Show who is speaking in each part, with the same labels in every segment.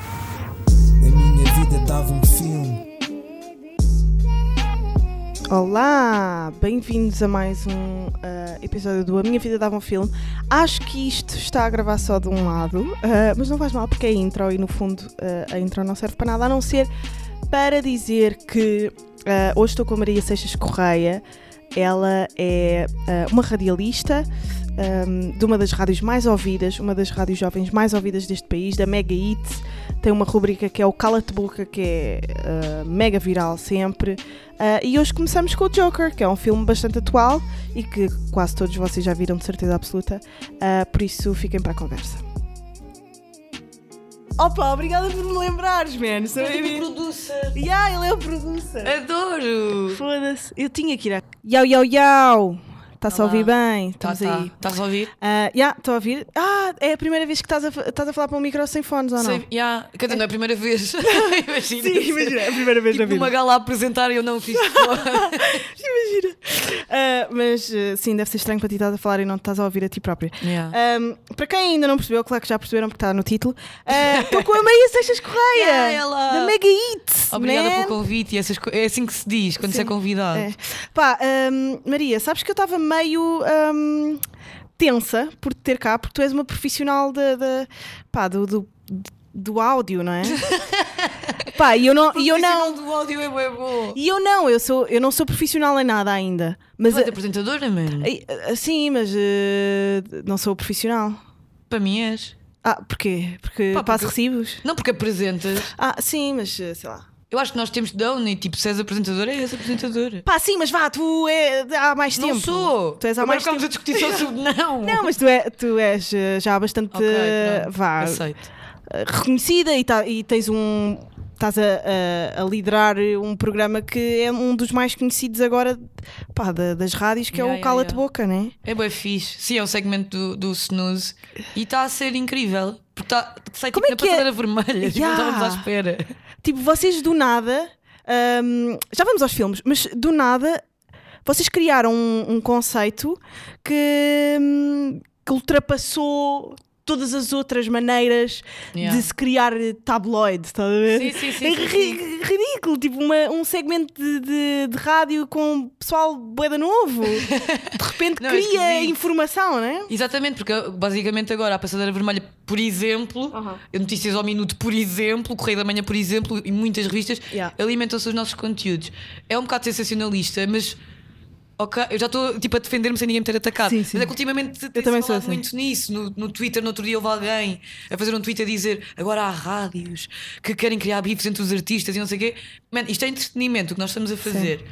Speaker 1: A minha vida dava um filme.
Speaker 2: Olá, bem-vindos a mais um ah, episódio do A Minha Vida Dava um Filme. Acho que isto está a gravar só de um lado, ah, mas não faz mal porque é intro e no fundo ah, a intro não serve para nada, a não ser para dizer que ah, hoje estou com a Maria Seixas Correia. Ela é ah, uma radialista ahm, de uma das rádios mais ouvidas, uma das rádios jovens mais ouvidas deste país, da Mega Hit. Tem uma rubrica que é o Cala-te Boca, que é ah, mega viral sempre. Ah, e hoje começamos com o Joker, que é um filme bastante atual e que quase todos vocês já viram de certeza absoluta. Ah, por isso, fiquem para a conversa. Opa, obrigada por me lembrares, man.
Speaker 3: producer.
Speaker 2: Yeah, ele é o producer.
Speaker 3: Adoro!
Speaker 2: Foda-se. Eu tinha que ir a... Yau, yau, yau. Está-se a
Speaker 3: Olá.
Speaker 2: ouvir bem?
Speaker 3: Tá,
Speaker 2: Estamos
Speaker 3: tá.
Speaker 2: aí.
Speaker 3: Estás a ouvir?
Speaker 2: Ah, yeah, estou a ouvir. Ah, é a primeira vez que estás a, fa- estás a falar para um micro sem fones, ou não?
Speaker 3: Sei- yeah. Quer dizer, não é a primeira vez. imagina.
Speaker 2: é a primeira vez
Speaker 3: Tipo, uma gala a apresentar e eu não fiz.
Speaker 2: Imagina. Ah, mas ah, sim, deve ser estranho para ti estás a falar e não te estás a ouvir a ti própria.
Speaker 3: yeah.
Speaker 2: Ahm, para quem ainda não percebeu, claro que já perceberam porque está no título, ah, estou com a Maria Seixas Correia,
Speaker 3: Yeah, ela.
Speaker 2: da Mega Eats.
Speaker 3: Obrigada
Speaker 2: man.
Speaker 3: pelo convite. e essas co- É assim que se diz quando se é
Speaker 2: Sim.
Speaker 3: convidado.
Speaker 2: É. Pá, hum, Maria, sabes que eu estava meio hum, tensa por te ter cá, porque tu és uma profissional de, de- pá, do, do, do áudio, não é? pá, e eu não, e eu não,
Speaker 3: Profissional do áudio é bué bom.
Speaker 2: e eu não, eu sou, eu não sou profissional em nada ainda. Mas
Speaker 3: Tu és apresentadora, mano?
Speaker 2: eh, eh, sim, mas eh, não sou profissional.
Speaker 3: Para mim és.
Speaker 2: Ah, porquê? Porque
Speaker 3: Pá,
Speaker 2: passo
Speaker 3: porque-
Speaker 2: recibos.
Speaker 3: Não porque apresentas.
Speaker 2: Ah, sim, mas eh, sei lá.
Speaker 3: Eu acho que nós temos de down e tipo, se és apresentadora, és apresentadora.
Speaker 2: Pá, sim, mas vá, tu é, há mais
Speaker 3: Não
Speaker 2: tempo.
Speaker 3: sou.
Speaker 2: Tu és há
Speaker 3: Agora
Speaker 2: mais
Speaker 3: ficámos a discutir só sobre não.
Speaker 2: Não, mas tu, é, tu és eh, já bastante
Speaker 3: Ok,
Speaker 2: eh,
Speaker 3: pronto.
Speaker 2: vá,
Speaker 3: Aceito.
Speaker 2: eh, reconhecida e, tá- e tens um. Estás a, a- a liderar um programa que é um dos mais conhecidos agora pá, da- das rádios, que é
Speaker 3: Yeah,
Speaker 2: o
Speaker 3: yeah,
Speaker 2: Cala-te
Speaker 3: yeah.
Speaker 2: Boca, né?
Speaker 3: É bem fixe. Sim, é um segmento do, do Snooze e está a ser incrível. Porque está sai
Speaker 2: Como é
Speaker 3: tipo na
Speaker 2: que é?
Speaker 3: passadeira vermelha. Tipo, não
Speaker 2: Yeah.
Speaker 3: estávamos à espera.
Speaker 2: Tipo, vocês do nada. ahm, já vamos aos filmes, mas do nada vocês criaram um, um conceito que, hum, que ultrapassou todas as outras maneiras
Speaker 3: Yeah.
Speaker 2: de se criar tabloide, estás a ver?
Speaker 3: Sim, sim, sim,
Speaker 2: é
Speaker 3: sim,
Speaker 2: ri- ridículo, tipo uma- um segmento de, de- de rádio com pessoal boeda novo. De repente
Speaker 3: Não, é
Speaker 2: cria
Speaker 3: esquisito.
Speaker 2: informação, né?
Speaker 3: Exatamente, porque basicamente agora a passadeira vermelha, por exemplo, notícias ao minuto, por exemplo, Correio da Manhã, por exemplo, e muitas revistas
Speaker 2: Yeah.
Speaker 3: alimentam-se dos nossos conteúdos. É um bocado sensacionalista, mas. Ok, eu já estou tipo a defender-me sem ninguém me ter atacado.
Speaker 2: Sim, sim.
Speaker 3: Mas é que ultimamente tem-se
Speaker 2: também
Speaker 3: falado
Speaker 2: sou assim.
Speaker 3: muito nisso. No, no Twitter, no outro dia, houve alguém a fazer um tweet a dizer agora há rádios que querem criar bifes entre os artistas e não sei o quê. Man, isto é entretenimento o que nós estamos a fazer.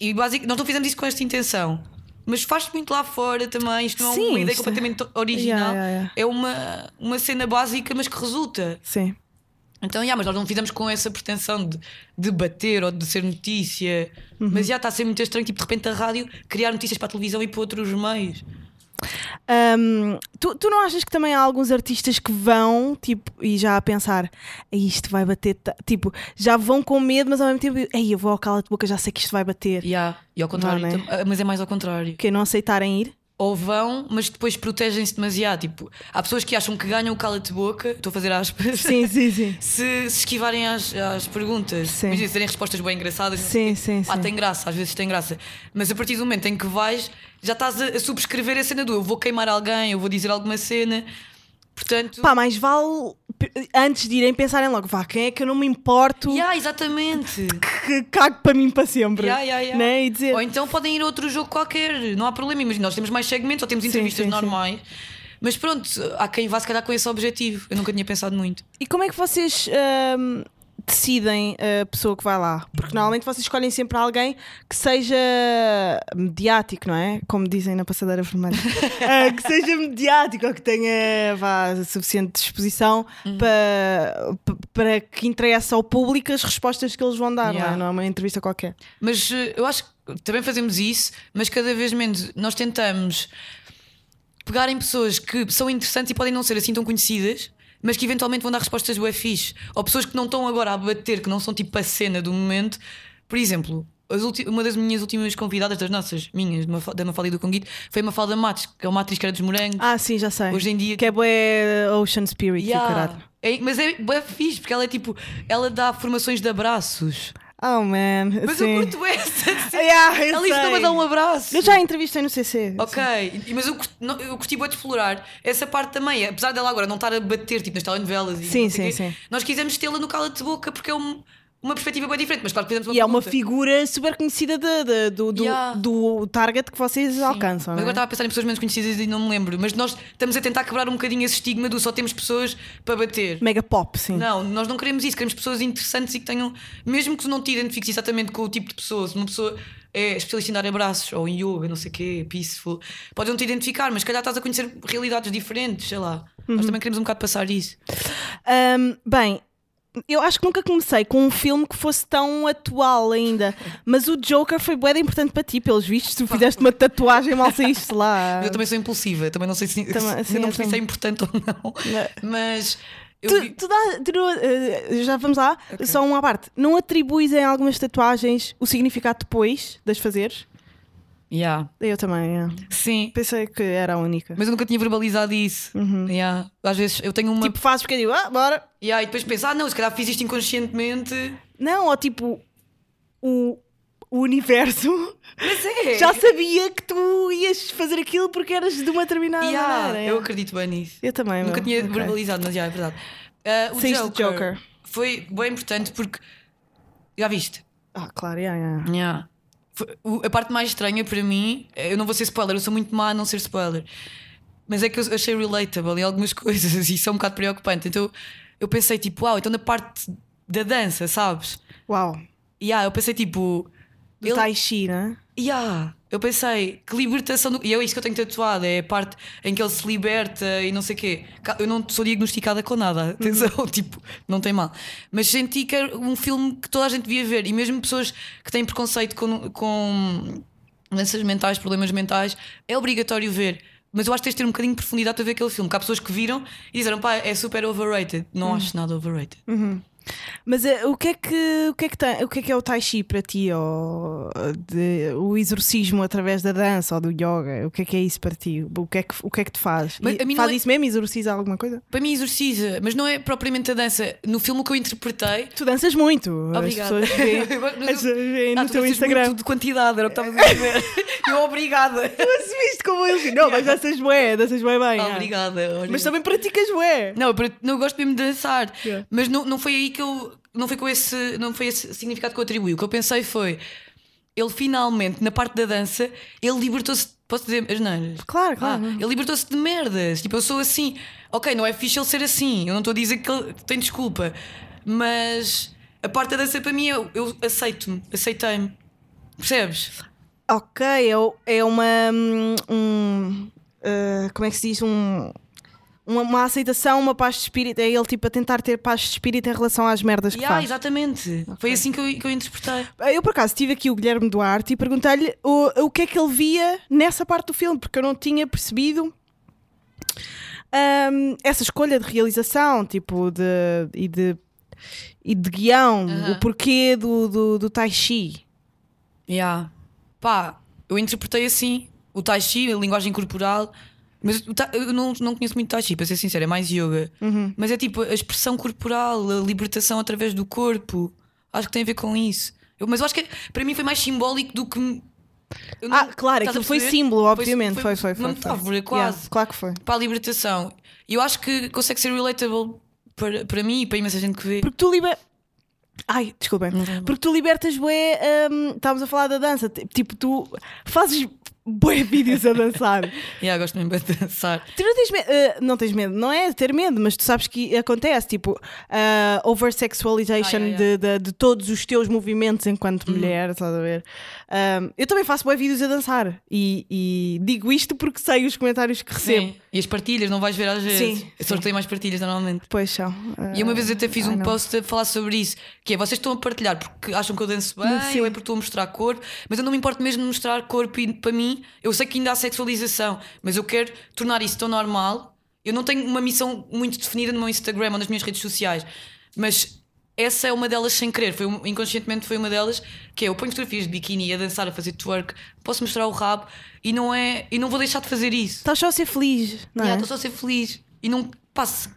Speaker 3: E basic, nós não fizemos isso com esta intenção. Mas faz muito lá fora também. Isto não é
Speaker 2: Sim,
Speaker 3: uma ideia
Speaker 2: isto é-
Speaker 3: completamente
Speaker 2: Yeah,
Speaker 3: original.
Speaker 2: yeah, yeah.
Speaker 3: É uma, uma cena básica, mas que resulta.
Speaker 2: Sim.
Speaker 3: Então, yeah, mas nós não fizemos com essa pretensão de debater ou de ser notícia.
Speaker 2: Uhum.
Speaker 3: Mas já está a ser muito estranho, tipo, de repente a rádio criar notícias para a televisão e para outros meios.
Speaker 2: Hum, tu, tu não achas que também há alguns artistas que vão, tipo, e já a pensar, "Ei, isto vai bater, ta-", tipo, já vão com medo, mas ao mesmo tempo, ei, eu vou ao cala de boca, já sei que isto vai bater.
Speaker 3: Yeah. E ao contrário,
Speaker 2: Não, né?
Speaker 3: tam- ah, mas é mais ao contrário.
Speaker 2: Que não aceitarem ir?
Speaker 3: Ou vão, mas depois protegem-se demasiado. Tipo, há pessoas que acham que ganham o cala-te-boca, estou a fazer aspas,
Speaker 2: Sim, sim, sim.
Speaker 3: se, se esquivarem às, às perguntas.
Speaker 2: Sim.
Speaker 3: Imagina, se terem respostas bem engraçadas. não
Speaker 2: Sim, sim,
Speaker 3: Ah,
Speaker 2: sim.
Speaker 3: tem graça, às vezes tem graça. Mas a partir do momento em que vais, já estás a, a subscrever a cena do eu vou queimar alguém, eu vou dizer alguma cena. Portanto.
Speaker 2: Pá, mais vale p- antes de irem pensarem logo, vá, quem é que eu não me importo
Speaker 3: Yeah, exatamente.
Speaker 2: que cago para mim para sempre?
Speaker 3: Yeah, yeah, yeah.
Speaker 2: Né? E dizer,
Speaker 3: Ou então podem ir a outro jogo qualquer, não há problema. Imagina, nós temos mais segmentos, só temos entrevistas
Speaker 2: sim, sim.
Speaker 3: normais. Mas pronto, há quem vá se calhar com esse objetivo. Eu nunca tinha pensado muito.
Speaker 2: E como é que vocês ahm, decidem a pessoa que vai lá? Porque normalmente vocês escolhem sempre alguém que seja mediático, não é? Como dizem na passadeira vermelha. Ah, que seja mediático ou que tenha vá, suficiente disposição
Speaker 3: Uhum.
Speaker 2: para, pa- para que interesse ao público as respostas que eles vão dar, não é?
Speaker 3: Yeah.
Speaker 2: Não é uma entrevista qualquer.
Speaker 3: Mas eh, eu acho que também fazemos isso, mas cada vez menos nós tentamos pegar em pessoas que são interessantes e podem não ser assim tão conhecidas, mas que eventualmente vão dar respostas bué fixe. Ou pessoas que não estão agora a bater, que não são tipo a cena do momento. Por exemplo, as ulti- uma das minhas últimas convidadas, das nossas, minhas, de Mafa- da Mafalda e do Conguito, foi a Mafalda Matos, que é uma atriz que era dos morangos.
Speaker 2: Ah, sim, já sei.
Speaker 3: Hoje em dia.
Speaker 2: Que é bué Ocean Spirit e o
Speaker 3: Yeah.
Speaker 2: caralho.
Speaker 3: É, mas é, é fixe, porque ela é tipo, ela dá formações de abraços.
Speaker 2: Oh, man.
Speaker 3: Mas
Speaker 2: sim. Ah,
Speaker 3: eu curto essa. assim.
Speaker 2: Yeah, eu
Speaker 3: ela ensinou-me a
Speaker 2: sei.
Speaker 3: dar um abraço.
Speaker 2: Eu já a entrevistei no CC.
Speaker 3: Ok, e- mas eu, cur- não- eu curti bué de explorar essa parte também, apesar dela agora não estar a bater tipo nas telenovelas e
Speaker 2: Sim,
Speaker 3: não sei
Speaker 2: sim,
Speaker 3: quê,
Speaker 2: sim.
Speaker 3: nós quisemos tê-la no cala de boca porque é um- uma perspectiva bem diferente, mas claro que fizemos uma
Speaker 2: E é uma
Speaker 3: pergunta.
Speaker 2: figura super conhecida de- de- do, do,
Speaker 3: Yeah.
Speaker 2: do target que vocês alcançam.
Speaker 3: Mas agora
Speaker 2: não é?
Speaker 3: estava a pensar em pessoas menos conhecidas e não me lembro, mas nós estamos a tentar quebrar um bocadinho esse estigma do só temos pessoas para bater.
Speaker 2: Mega pop, sim.
Speaker 3: Não, nós não queremos isso, queremos pessoas interessantes e que tenham, mesmo que não te identifiques exatamente com o tipo de pessoa, se uma pessoa é especialista em dar abraços ou em yoga, não sei o quê, peaceful, pode não te identificar, mas se calhar estás a conhecer realidades diferentes, sei lá.
Speaker 2: Uhum.
Speaker 3: Nós também queremos um bocado passar isso.
Speaker 2: Ahm, bem, eu acho que nunca comecei com um filme que fosse tão atual ainda. Mas o Joker foi bué de importante para ti, pelos vistos. Tu fizeste uma tatuagem mal saíste lá.
Speaker 3: Eu também sou impulsiva, também não sei se, se-
Speaker 2: Também- sim,
Speaker 3: não
Speaker 2: eu
Speaker 3: percebi se é
Speaker 2: também.
Speaker 3: importante ou não, mas eu
Speaker 2: é? Tu,
Speaker 3: vi-
Speaker 2: tu dá- tu não- eh, já vamos lá, só uma à parte. Não atribuis em algumas tatuagens o significado depois das fazeres?
Speaker 3: Yeah,
Speaker 2: Eu também, é.
Speaker 3: sim,
Speaker 2: pensei que era a única.
Speaker 3: mas eu nunca tinha verbalizado isso. Yeah. Às vezes eu tenho uma.
Speaker 2: Uhum. Tipo, fazes porque eu digo, ah, bora.
Speaker 3: Yeah, e depois penso, ah, não, se calhar fiz isto inconscientemente.
Speaker 2: Não, ou tipo, o, o universo
Speaker 3: Mas é!
Speaker 2: já sabia que tu ias fazer aquilo porque eras de uma determinada
Speaker 3: yeah,
Speaker 2: maneira. é.
Speaker 3: eu acredito bem nisso.
Speaker 2: Eu também.
Speaker 3: Nunca
Speaker 2: meu.
Speaker 3: tinha
Speaker 2: Ok.
Speaker 3: verbalizado, mas já é verdade. Ah, o
Speaker 2: Saíste
Speaker 3: Joker,
Speaker 2: do Joker.
Speaker 3: foi bem importante porque já viste.
Speaker 2: Ah, claro, yeah, yeah.
Speaker 3: Foi- o- a parte mais estranha para mim, eu não vou ser spoiler, eu sou muito má a não ser spoiler, mas é que eu achei relatable em algumas coisas e isso é um bocado preocupante. Então eu pensei tipo, uau, então na parte da dança, sabes?
Speaker 2: Uau.
Speaker 3: E ah, eu pensei tipo.
Speaker 2: Do Tai Chi, né?
Speaker 3: Yeah. Eu pensei, que libertação do. E é isso que eu tenho tatuado, é a parte em que ele se liberta e não sei o quê. Ca- Eu não sou diagnosticada com nada, atenção, tipo, não tem mal. Mas senti que era um filme que toda a gente devia ver, e mesmo pessoas que têm preconceito com, com doenças mentais, problemas mentais, é obrigatório ver. Mas eu acho que tens de ter um bocadinho de profundidade para ver aquele filme. Que há pessoas que viram e disseram, pá, é super overrated. Não acho nada overrated.
Speaker 2: Mas eh, o que é que o que é que, tem, o que é que é o Tai Chi para ti? Ou eh, de- o exorcismo através da dança ou do yoga? O que é que é isso para ti? O que é que, o que, é que te faz?
Speaker 3: Mas
Speaker 2: E
Speaker 3: a mim não
Speaker 2: faz
Speaker 3: é-
Speaker 2: isso mesmo? Exorciza alguma coisa?
Speaker 3: Para mim, exorciza, mas não é propriamente a dança. No filme o que eu interpretei,
Speaker 2: Tu danças muito.
Speaker 3: Obrigada.
Speaker 2: As pessoas veem,
Speaker 3: Eu gosto-
Speaker 2: as pessoas veem
Speaker 3: Ah,
Speaker 2: no
Speaker 3: tu
Speaker 2: teu
Speaker 3: gostas
Speaker 2: Instagram. É.
Speaker 3: muito de quantidade, era o que estavas a dizer. Eu obrigada.
Speaker 2: Assumiste como elogio. Não, mas danças bué, danças bué bem. ah.
Speaker 3: obrigada.
Speaker 2: Mas
Speaker 3: obrigada.
Speaker 2: também praticas bué.
Speaker 3: Não, para- não eu gosto mesmo de dançar.
Speaker 2: Yeah.
Speaker 3: Mas não, não foi aí que eu. Não foi, com esse, não foi esse significado que eu atribuí. O que eu pensei foi. Ele finalmente, na parte da dança, ele libertou-se. Posso dizer as neiras?
Speaker 2: Claro,
Speaker 3: Ah,
Speaker 2: É claro.
Speaker 3: ele libertou-se de merdas. Tipo, eu sou assim. Ok, não é fixe ele ser assim. Eu não estou a dizer que ele tem desculpa. Mas a parte da dança para mim, eu, eu aceito-me. Aceitei-me. Percebes?
Speaker 2: Ok, é, o- é uma. hum, Um, eh, como é que se diz? Um, uma, uma aceitação, uma paz de espírito. É ele tipo a tentar ter paz de espírito em relação às merdas que
Speaker 3: Yeah,
Speaker 2: faz.
Speaker 3: ah, exatamente. Foi assim que eu, que eu interpretei.
Speaker 2: Eu por acaso tive aqui o Guilherme Duarte e perguntei-lhe o, o que é que ele via nessa parte do filme, porque eu não tinha percebido hum, essa escolha de realização tipo, de, e, de, e de guião,
Speaker 3: Aham.
Speaker 2: o porquê do, do, do Tai Chi.
Speaker 3: Yeah. Pá, eu interpretei assim o Tai Chi, a linguagem corporal. Mas o ta- eu não, não conheço muito Tai Chi, para ser sincero, é mais yoga.
Speaker 2: Uhum.
Speaker 3: Mas é tipo a expressão corporal, a libertação através do corpo. Acho que tem a ver com isso. Eu- mas eu acho que é, para mim foi mais simbólico do que. me- eu não-
Speaker 2: Ah, claro,
Speaker 3: estás a
Speaker 2: aquilo foi
Speaker 3: perceber?
Speaker 2: símbolo, obviamente. Foi,
Speaker 3: Foi,
Speaker 2: foi, foi.
Speaker 3: uma
Speaker 2: foi.
Speaker 3: metáfora,
Speaker 2: Yeah,
Speaker 3: quase
Speaker 2: claro que foi.
Speaker 3: para a libertação. E eu acho que consegue ser relatable para, para mim e para imensa gente que vê.
Speaker 2: Porque tu liber... Ai, desculpem. Porque tu libertas bué. hum, estávamos a falar da dança. t- Tipo, tu fazes bué vídeos a dançar.
Speaker 3: Yeah, gosto mesmo de dançar.
Speaker 2: Tu não tens medo, eh, não tens medo, não é ter medo, mas tu sabes que acontece, tipo, a oversexualization
Speaker 3: Ah, yeah, Hum.
Speaker 2: De, de- de todos os teus movimentos enquanto mulher, estás a ver? Um, eu também faço bué vídeos a dançar e, e digo isto porque sei os comentários que recebo.
Speaker 3: Sim. E as partilhas, não vais ver às vezes.
Speaker 2: Sim,
Speaker 3: São os que têm mais partilhas normalmente.
Speaker 2: Pois são.
Speaker 3: E uma vez eu até fiz
Speaker 2: ah,
Speaker 3: um
Speaker 2: não.
Speaker 3: post a falar sobre isso, que é vocês estão a partilhar porque acham que eu danço bem,
Speaker 2: Sim.
Speaker 3: ou é porque estou a mostrar corpo, mas eu não me importo mesmo de mostrar corpo e para mim, eu sei que ainda há sexualização, mas eu quero tornar isso tão normal. Eu não tenho uma missão muito definida no meu Instagram ou nas minhas redes sociais, mas essa é uma delas sem querer, foi um- inconscientemente foi uma delas, que é eu ponho fotografias de biquíni a dançar, a fazer twerk, posso mostrar o rabo e não é, e não vou deixar de fazer isso.
Speaker 4: Estás só a ser feliz, não
Speaker 3: E, ah,
Speaker 4: é?
Speaker 3: Estou só a ser feliz e não passe.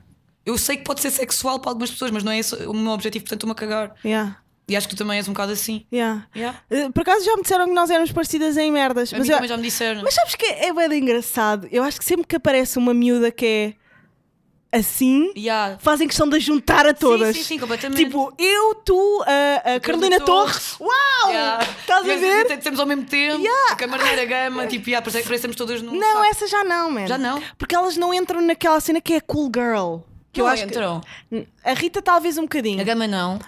Speaker 3: Eu sei que pode ser sexual para algumas pessoas, mas não é esse o meu objetivo, portanto estou-me a cagar.
Speaker 2: Yeah,
Speaker 3: E acho que tu também és um bocado assim.
Speaker 2: yeah.
Speaker 3: Yeah.
Speaker 2: Eh, Por acaso já me disseram que nós éramos parecidas em merdas.
Speaker 3: A
Speaker 2: mas
Speaker 3: mim
Speaker 2: eu-
Speaker 3: também já me disseram.
Speaker 2: Mas sabes que é bem engraçado? Eu acho que sempre que aparece uma miúda que é assim,
Speaker 3: Yeah.
Speaker 2: fazem questão de a juntar a todas.
Speaker 3: Sim, sim, sim, completamente.
Speaker 2: Tipo, eu, tu, a, a Carolina Torres.
Speaker 3: Torres.
Speaker 2: Uau!
Speaker 3: Yeah.
Speaker 2: Estás a
Speaker 3: Mas
Speaker 2: ver?
Speaker 3: até Temos ao mesmo tempo,
Speaker 2: Yeah.
Speaker 3: a camareira gama, tipo, yeah, parece, parecemos todas num.
Speaker 2: Não,
Speaker 3: saco.
Speaker 2: essa já não, man.
Speaker 3: Já não?
Speaker 2: Porque elas não entram naquela cena que é cool girl. Que eu
Speaker 3: Não
Speaker 2: acho
Speaker 3: entram.
Speaker 2: Que... A Rita talvez um bocadinho.
Speaker 3: A gama não.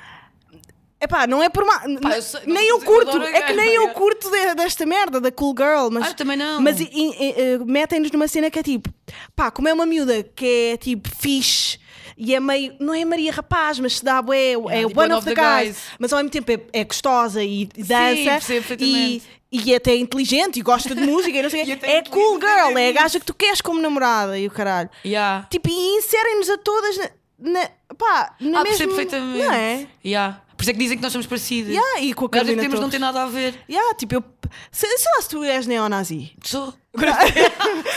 Speaker 2: Epá, não é por mal.
Speaker 3: eu sei- não
Speaker 2: nem
Speaker 3: sei
Speaker 2: eu
Speaker 3: dizer,
Speaker 2: curto.
Speaker 3: eu adoro
Speaker 2: é que nem eu
Speaker 3: gama.
Speaker 2: curto de- desta merda, da cool girl. Mas,
Speaker 3: Ah, eu também não.
Speaker 2: Mas e- e- e- eh, metem-nos numa cena que é tipo, pá, como é uma miúda que é tipo fixe. E é meio, não é Maria Rapaz, mas se dá bué, é
Speaker 3: tipo,
Speaker 2: one of the guys. Mas ao mesmo tempo é, é gostosa e dança
Speaker 3: percebo
Speaker 2: e,
Speaker 3: perfeitamente.
Speaker 2: e até é inteligente e gosta de música e não sei o quê.
Speaker 3: E até
Speaker 2: É cool
Speaker 3: inteligente, é
Speaker 2: girl, é a
Speaker 3: isso.
Speaker 2: gaja que tu queres como namorada e o caralho.
Speaker 3: Yeah.
Speaker 2: Tipo, e inserem-nos a todas na, na pá, na mesma...
Speaker 3: Ah, percebo perfeitamente.
Speaker 2: Não é?
Speaker 3: Yeah. Por isso é que dizem que nós somos parecidas.
Speaker 2: Yeah, e com a
Speaker 3: Nós é que
Speaker 2: Carolina
Speaker 3: temos não
Speaker 2: Torres.
Speaker 3: tem nada a ver.
Speaker 2: Yeah, tipo, eu... Sei, sei lá se tu és neonazi.
Speaker 3: Sou.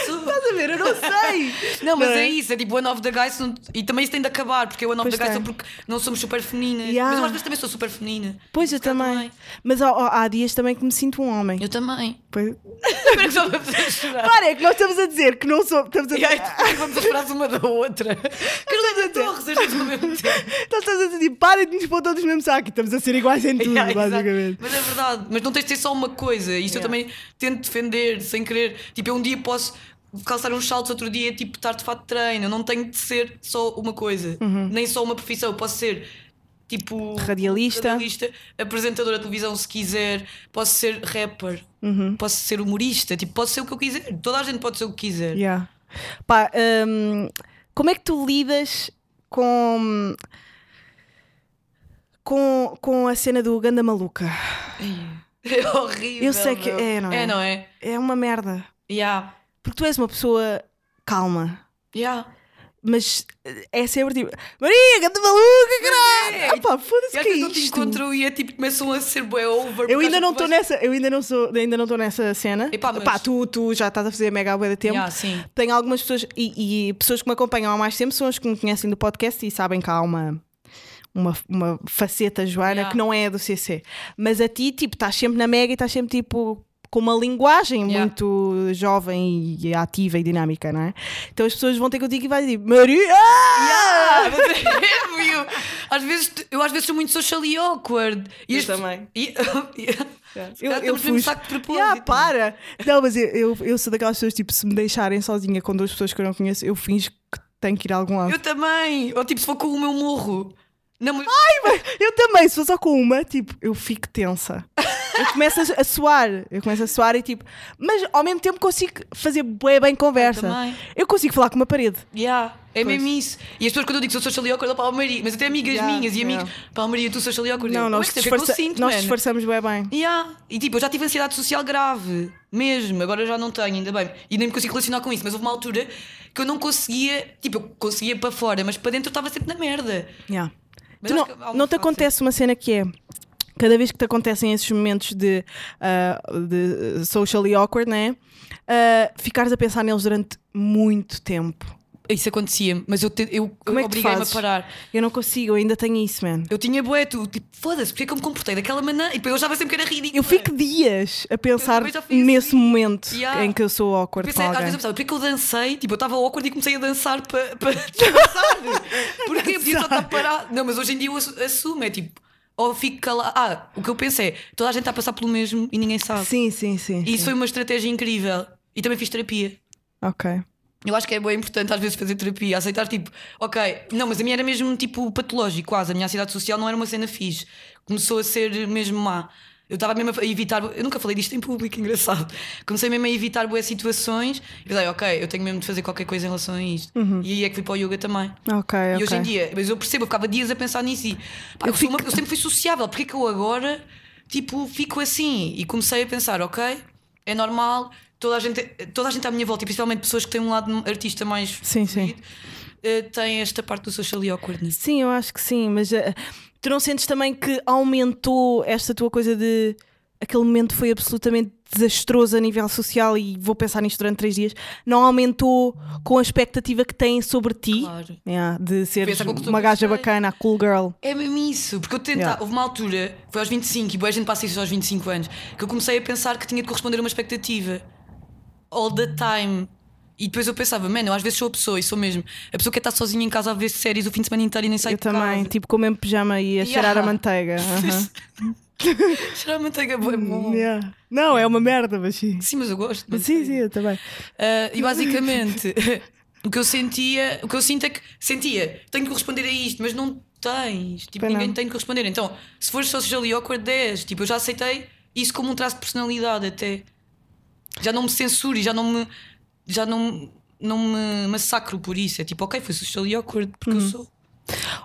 Speaker 3: Sou.
Speaker 2: Estás a ver? Eu não sei.
Speaker 3: Não, mas
Speaker 2: Não é?
Speaker 3: é isso, é tipo One of the Guys não- e também isso tem de acabar, porque One of
Speaker 2: Pois
Speaker 3: the Guys
Speaker 2: tem.
Speaker 3: é porque não somos super femininas.
Speaker 2: Yeah.
Speaker 3: Mas eu às vezes também sou super feminina.
Speaker 2: Pois, eu
Speaker 3: Se calhar
Speaker 2: também. Mas há, há- há dias também que me sinto um homem.
Speaker 3: Eu também.
Speaker 2: Pois-
Speaker 3: Espera que só vamos a chorar.
Speaker 2: Para, é que nós estamos a dizer que não sou. Estamos a,
Speaker 3: E aí depois vamos a chorar uma da outra. Carolina Torres, as duas ao mesmo tempo.
Speaker 2: nós estamos a dizer, tipo, para de nos pôr todos no mesmo saco. Estamos a ser iguais em tudo,
Speaker 3: Yeah, exato.
Speaker 2: basicamente.
Speaker 3: Mas é verdade, mas não tens de ter só uma coisa. Isto eu também tento defender sem querer. Tipo, eu um dia posso calçar uns saltos, outro dia tipo estar de fato de treino. Eu não tenho de ser só uma coisa,
Speaker 2: Uhum.
Speaker 3: nem só uma profissão. Eu posso ser tipo
Speaker 2: Radialista.
Speaker 3: radialista, apresentadora de televisão se quiser, posso ser rapper,
Speaker 2: Uhum.
Speaker 3: posso ser humorista, tipo, posso ser o que eu quiser. Toda a gente pode ser o que quiser.
Speaker 2: Yeah. Pá, hum, como é que tu lidas com. Com, com a cena do Ganda Maluca?
Speaker 3: É horrível.
Speaker 2: Eu sei que
Speaker 3: meu.
Speaker 2: é, não é?
Speaker 3: É, não é?
Speaker 2: É uma merda.
Speaker 3: Yeah.
Speaker 2: Porque tu és uma pessoa calma,
Speaker 3: Yeah.
Speaker 2: mas eh, é sempre tipo Maria, Ganda Maluca, caralho!
Speaker 3: é.
Speaker 2: Ah, pá, foda-se
Speaker 3: E às
Speaker 2: que é
Speaker 3: vezes não te
Speaker 2: isto.
Speaker 3: encontram e é tipo, começam a ser bué over.
Speaker 2: Eu
Speaker 3: porque
Speaker 2: ainda
Speaker 3: acham
Speaker 2: não
Speaker 3: que
Speaker 2: estou
Speaker 3: vais-
Speaker 2: nessa, eu ainda não sou, ainda não estou nessa cena.
Speaker 3: Epá, mas-
Speaker 2: Pá, tu, tu já estás a fazer mega bué de tempo.
Speaker 3: Yeah, sim.
Speaker 2: Tenho algumas pessoas e, e pessoas que me acompanham há mais tempo são as que me conhecem do podcast e sabem que há uma uma, uma faceta Joana
Speaker 3: Yeah.
Speaker 2: que não é do CC. Mas a ti, tipo, estás sempre na mega e estás sempre tipo com uma linguagem
Speaker 3: Yeah.
Speaker 2: muito jovem e ativa e dinâmica, não é? Então as pessoas vão ter contigo e vais dizer Maria!
Speaker 3: Ah, mas é mesmo. às vezes, eu às vezes sou muito social e awkward. E
Speaker 2: Eu
Speaker 3: as-
Speaker 2: também.
Speaker 3: E,
Speaker 2: Eu, eu
Speaker 3: fui.
Speaker 2: fujo.
Speaker 3: saco de propósito.
Speaker 2: Yeah, para! Não, mas eu, eu, eu sou daquelas pessoas, tipo, se me deixarem sozinha com duas pessoas que eu não conheço, eu finjo que tenho que ir a algum lado.
Speaker 3: Eu também. Ou tipo, se for com o meu morro. Não, mas...
Speaker 2: Eu, também, se for só com uma, tipo, eu fico tensa. Eu começo a, a suar, eu começo a suar e tipo, mas ao mesmo tempo consigo fazer bué bem conversa.
Speaker 3: Eu também.
Speaker 2: Eu consigo falar com uma parede.
Speaker 3: Yeah, é
Speaker 2: Pois.
Speaker 3: mesmo isso. E as pessoas, quando eu digo que sou social e awkward, pá, oh, Maria. Mas até amigas
Speaker 2: Yeah,
Speaker 3: minhas e
Speaker 2: yeah.
Speaker 3: amigos. Pá, oh, Maria, tu social e awkward.
Speaker 2: Não,
Speaker 3: Eu,
Speaker 2: nós,
Speaker 3: "Ué, que é que eu
Speaker 2: disfarça-
Speaker 3: sinto,
Speaker 2: nós
Speaker 3: man?"
Speaker 2: disfarçamos bué bem.
Speaker 3: Yeah. E tipo, eu já tive ansiedade social grave, mesmo, agora já não tenho, ainda bem. E nem me consigo relacionar com isso, mas houve uma altura que eu não conseguia, tipo, eu conseguia para fora, mas para dentro eu estava sempre na merda.
Speaker 2: Yeah.
Speaker 3: Mas
Speaker 2: Tu
Speaker 3: acho
Speaker 2: não,
Speaker 3: que há uma
Speaker 2: não te
Speaker 3: fase-
Speaker 2: acontece uma cena que é cada vez que te acontecem esses momentos de, ah, de socially awkward, né? Ah, ficares a pensar neles durante muito tempo.
Speaker 3: Isso acontecia, mas eu, te- eu,
Speaker 2: Como é
Speaker 3: eu
Speaker 2: que tu
Speaker 3: obriguei-me a
Speaker 2: fazes?
Speaker 3: parar.
Speaker 2: Eu não consigo, eu ainda tenho isso, man.
Speaker 3: Eu tinha boeto, tipo, foda-se, porque é que eu me comportei daquela maneira? E depois eu achava sempre que era ridículo.
Speaker 2: Eu fico dias a pensar
Speaker 3: também já fui
Speaker 2: nesse
Speaker 3: assim.
Speaker 2: momento
Speaker 3: Yeah.
Speaker 2: em que eu sou awkward
Speaker 3: Pensei,
Speaker 2: com
Speaker 3: às
Speaker 2: alguém.
Speaker 3: vezes eu pensava, porque é que eu dancei? Tipo, eu estava awkward e comecei a dançar para pa, descansar. Porquê? Podia só estar parado. Não, mas hoje em dia eu assu- assumo, é tipo, ou fico calado. Ah, o que eu penso é, toda a gente está a passar pelo mesmo e ninguém sabe.
Speaker 2: Sim, sim, sim.
Speaker 3: E isso foi uma estratégia incrível. E também fiz terapia.
Speaker 2: Ok.
Speaker 3: Eu acho que é bem importante às vezes fazer terapia, aceitar tipo, ok, não, mas a minha era mesmo tipo patológico, quase. A minha ansiedade social não era uma cena fixe. Começou a ser mesmo má. Eu estava mesmo a evitar, eu nunca falei disto em público, engraçado. Comecei mesmo a evitar boas situações e pensei, ok, eu tenho mesmo de fazer qualquer coisa em relação a isto. E aí é que fui para o yoga também.
Speaker 2: Ok, ok.
Speaker 3: E hoje em dia, mas eu percebo, eu ficava dias a pensar nisso e pá, eu, sou uma- eu sempre fui sociável, porque é que eu agora tipo, fico assim? E comecei a pensar, ok, é normal, toda a gente, toda a gente à minha volta, e principalmente pessoas que têm um lado artista mais
Speaker 2: Sim, sim.
Speaker 3: fluido, eh, têm esta parte do social awkwardness.
Speaker 2: Sim, eu acho que sim, mas eh, Tu não sentes também que aumentou esta tua coisa de aquele momento foi absolutamente desastroso a nível social e vou pensar nisto durante três dias? Não aumentou com a expectativa que têm sobre ti
Speaker 3: Claro.
Speaker 2: Yeah, de seres
Speaker 3: Pensa com que tu
Speaker 2: uma gaja
Speaker 3: gostei.
Speaker 2: bacana, a cool girl?
Speaker 3: É mesmo isso, porque eu tentava.
Speaker 2: Yeah.
Speaker 3: Houve uma altura, foi aos 25, e boa gente passa isso aos 25 anos, que eu comecei a pensar que tinha de corresponder a uma expectativa. All the time. E depois eu pensava, mano, eu às vezes sou a pessoa, e sou mesmo. A pessoa que está sozinha em casa a ver séries o fim de semana inteiro e nem sai
Speaker 2: Eu
Speaker 3: de casa.
Speaker 2: também, tipo, com o mesmo pijama e a
Speaker 3: Yeah.
Speaker 2: cheirar a manteiga. aham.
Speaker 3: Cheirar manteiga é bué bom.
Speaker 2: Yeah. Não, é uma merda, mas sim.
Speaker 3: Sim, mas eu gosto.
Speaker 2: Mas sim, sim, eu também.
Speaker 3: Ah, e basicamente, o que eu sentia, o que eu sinto é que sentia, tenho que responder a isto, mas não tens. Tipo,
Speaker 2: Pois
Speaker 3: ninguém
Speaker 2: não.
Speaker 3: tem que responder. Então, se fores socially awkward, 10. Tipo, eu já aceitei isso como um traço de personalidade até. Já não me censuro e já não me. Já não, não me massacro por isso. É tipo, ok, fui socially awkward porque
Speaker 2: Uhum.
Speaker 3: eu sou.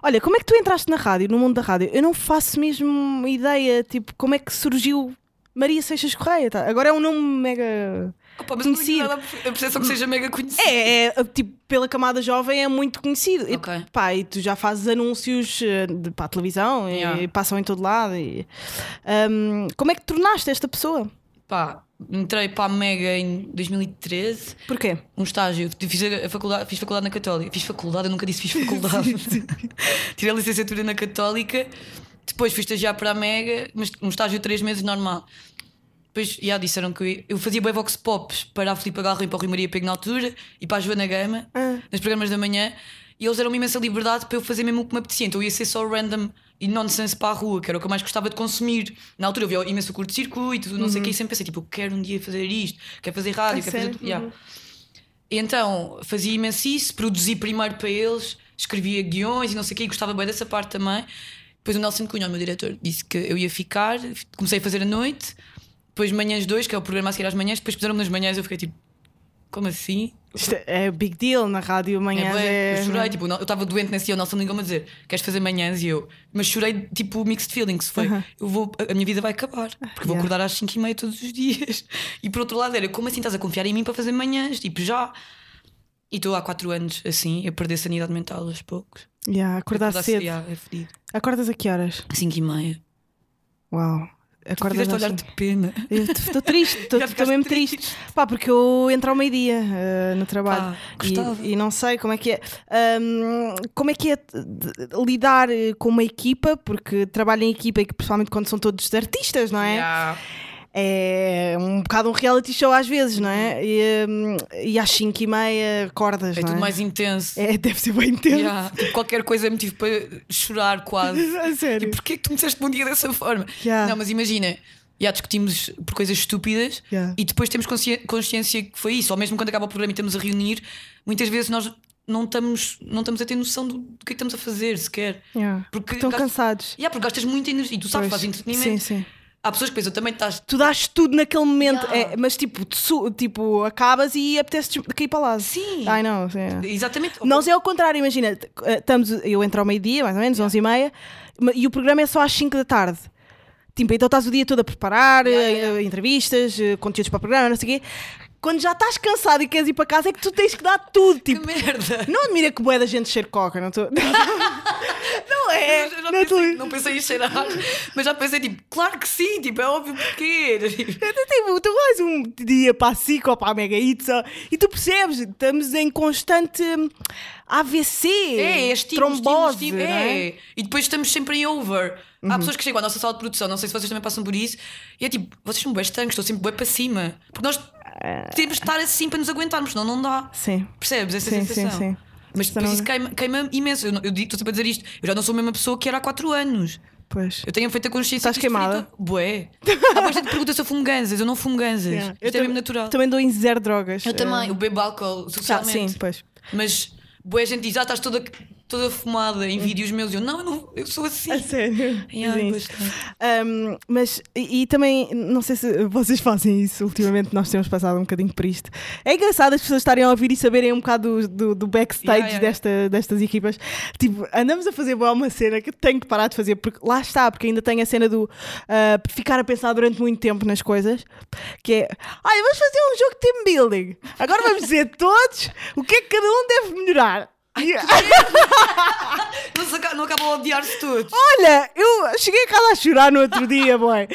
Speaker 2: Olha, como é que tu entraste na rádio, no mundo da rádio? Eu não faço mesmo ideia, tipo, como é que surgiu Maria Seixas Correia? tá? Agora é um nome mega.
Speaker 3: Opa, mas eu não tenho
Speaker 2: Conhecido.
Speaker 3: nada a percepção que seja mega conhecido.
Speaker 2: É, é, tipo, pela camada jovem é muito conhecido. E,
Speaker 3: Ok.
Speaker 2: pá, e tu já fazes anúncios eh, de, para a televisão
Speaker 3: Yeah.
Speaker 2: e passam em todo lado. e- Ahm, como é que te tornaste esta pessoa?
Speaker 3: Pá, entrei para a Mega em 2013.
Speaker 2: Porquê?
Speaker 3: um estágio. Fiz a faculdade, fiz faculdade na Católica. Fiz faculdade, eu nunca disse fiz faculdade. Tirei a licenciatura na Católica. Depois fui estagiar para a Mega, mas um estágio de 3 meses normal. Depois, já disseram que eu, ia- eu fazia bem vox pops para a Filipe Garro e para o Rui Maria Pego na altura e para a Joana Gama,
Speaker 2: Ah.
Speaker 3: nos programas da manhã. E eles deram-me imensa liberdade para eu fazer mesmo o que me apetecia. Então eu ia ser só random e nonsense para a rua, que era o que eu mais gostava de consumir. Na altura eu via imenso curto-circuito, não sei o que, e sempre pensei, tipo, eu quero um dia fazer isto, quero fazer rádio,
Speaker 2: Uhum. A
Speaker 3: quero fazer.
Speaker 2: sério? Uhum.
Speaker 3: Yeah. E Então fazia imenso isso, produzi primeiro para eles, escrevia guiões e não sei o quê, e gostava bem dessa parte também. Depois o Nelson Cunha, o meu diretor, disse que eu ia ficar, comecei a fazer à noite, depois manhãs 2, que é o programa a seguir às manhãs, depois puseram-me nas manhãs, eu fiquei tipo, como assim?
Speaker 2: Isto é- é big deal na rádio amanhã.
Speaker 3: É, bué,
Speaker 2: é-
Speaker 3: Eu chorei, tipo, não- eu estava doente nesse dia, o Nelson ligou-me a dizer, queres fazer manhãs? E eu, mas chorei, tipo, mixed feelings, foi, eu vou, a, a minha vida vai acabar, porque vou
Speaker 2: Ah, yeah.
Speaker 3: acordar às 5 e meia todos os dias. E por outro lado era, como assim estás a confiar em mim para fazer manhãs? Tipo, já. E estou há 4 anos assim, a perder sanidade mental aos poucos.
Speaker 2: Yeah, acordar cedo.
Speaker 3: Yeah, é fedido.
Speaker 2: Acordas a que horas?
Speaker 3: 5 e meia.
Speaker 2: Uau. Acordas
Speaker 3: Fizeste
Speaker 2: às
Speaker 3: olhar de pena.
Speaker 2: Estou triste, estou
Speaker 3: Já
Speaker 2: estou
Speaker 3: ficaste
Speaker 2: mesmo triste. Pá, porque eu entro ao meio-dia eh, no trabalho.
Speaker 3: Pá, Ah, gostava.
Speaker 2: e, e não sei como é que é. Ahm, como é que é de- de- lidar eh, com uma equipa, porque trabalho em equipa e que principalmente quando são todos artistas, não é?
Speaker 3: Yeah.
Speaker 2: É um bocado um reality show às vezes, não é? E, hum, e às 5 e meia acordas,
Speaker 3: Uhum. É
Speaker 2: não
Speaker 3: tudo
Speaker 2: é?
Speaker 3: mais intenso.
Speaker 2: É, deve ser bem intenso.
Speaker 3: Yeah, tipo, qualquer coisa é motivo para chorar quase.
Speaker 2: A sério.
Speaker 3: E porquê que tu me disseste bom dia dessa forma?
Speaker 2: Yeah.
Speaker 3: Não, mas imagina, já discutimos por coisas estúpidas
Speaker 2: Yeah.
Speaker 3: e depois temos consci- consciência que foi isso, ou mesmo quando acaba o programa e estamos a reunir, muitas vezes nós não estamos, não estamos a ter noção do, do que é que estamos a fazer sequer.
Speaker 2: Yeah.
Speaker 3: Porque
Speaker 2: Estão
Speaker 3: gastas-
Speaker 2: cansados.
Speaker 3: Yeah, porque gastas muita energia e tu sabes,
Speaker 2: Pois.
Speaker 3: fazes
Speaker 2: Sim,
Speaker 3: entretenimento.
Speaker 2: sim.
Speaker 3: Há pessoas que pensam, também estás.
Speaker 2: tu dás tudo naquele momento,
Speaker 3: Yeah.
Speaker 2: é, mas tipo, tu su- tipo, acabas e apetece cair para lá.
Speaker 3: Sim.
Speaker 2: Ai não, sim. é.
Speaker 3: Exatamente. Oh,
Speaker 2: Nós é ao contrário, imagina, t- eh, estamos, eu entro ao meio-dia, mais ou menos, 11 e meia, ma- e o programa é só às 5 da tarde. Tipo, então estás o dia todo a preparar,
Speaker 3: Yeah,
Speaker 2: eh,
Speaker 3: yeah.
Speaker 2: eh, entrevistas, eh, conteúdos para o programa, não sei o quê. Quando já estás cansado e queres ir para casa, é que tu tens que dar tudo.
Speaker 3: Que
Speaker 2: Tipo,
Speaker 3: merda!
Speaker 2: não admira que boé da gente cheire coca, não estou. não é?
Speaker 3: Eu já- eu já
Speaker 2: não
Speaker 3: pensei-
Speaker 2: estou-
Speaker 3: não pensei em cheirar, mas já pensei tipo, claro que sim, tipo, é óbvio porquê.
Speaker 2: Até Tipo, tu vais um dia para a SIC ou para a Mega Itza e tu percebes, estamos em constante hum, AVC,
Speaker 3: É, é
Speaker 2: tipo
Speaker 3: estímulo,
Speaker 2: trombose.
Speaker 3: estímulo, estímulo,
Speaker 2: não é? Uhum.
Speaker 3: é. E depois estamos sempre em over. Há pessoas que chegam à nossa sala de produção, não sei se vocês também passam por isso, e é tipo, vocês são bem tanques, estou sempre bem para cima. Porque nós temos de estar assim para nos aguentarmos, senão não dá.
Speaker 2: Sim.
Speaker 3: Percebes essa
Speaker 2: Sim,
Speaker 3: sensação?
Speaker 2: sim, sim.
Speaker 3: Mas depois
Speaker 2: Senão-
Speaker 3: isso queima, queima imenso. Eu, não- eu digo- estou sempre a dizer isto. Eu já não sou a mesma pessoa que era há 4 anos.
Speaker 2: Pois.
Speaker 3: Eu tenho feito a consciência.
Speaker 2: Estás
Speaker 3: que isto
Speaker 2: queimada?
Speaker 3: frita- Bué. Há bastante pergunta se eu fumo ganzas. Eu não fumo ganzas.
Speaker 2: Yeah.
Speaker 3: Isto é
Speaker 2: tam-
Speaker 3: mesmo natural.
Speaker 2: Também dou em zero drogas.
Speaker 3: Eu também.
Speaker 2: Eh,
Speaker 3: Eu bebo álcool
Speaker 2: ah,
Speaker 3: socialmente.
Speaker 2: sim, pois.
Speaker 3: Mas boa gente diz, ah, estás toda, toda fumada em vídeos meus. Eu, não, eu, não, eu sou assim.
Speaker 2: A sério.
Speaker 3: Yeah,
Speaker 2: Dizem
Speaker 3: eu
Speaker 2: isso.
Speaker 3: gosto.
Speaker 2: Um, mas, e, e também, não sei se vocês fazem isso ultimamente, nós temos passado um bocadinho por isto. É engraçado as pessoas estarem a ouvir e saberem um bocado do, do, do backstage
Speaker 3: Yeah, yeah,
Speaker 2: Desta, destas equipas. Tipo, andamos a fazer boa uma cena que tenho que parar de fazer, porque lá está, porque ainda tem a cena do ah, ficar a pensar durante muito tempo nas coisas, que é, olha, vamos fazer um jogo de team building. Agora vamos dizer todos o que é que cada um deve melhorar.
Speaker 3: Não, se aca- não acabam a odiar-se todos.
Speaker 2: Oh, Olha, eu cheguei a casa a chorar no outro dia, boy.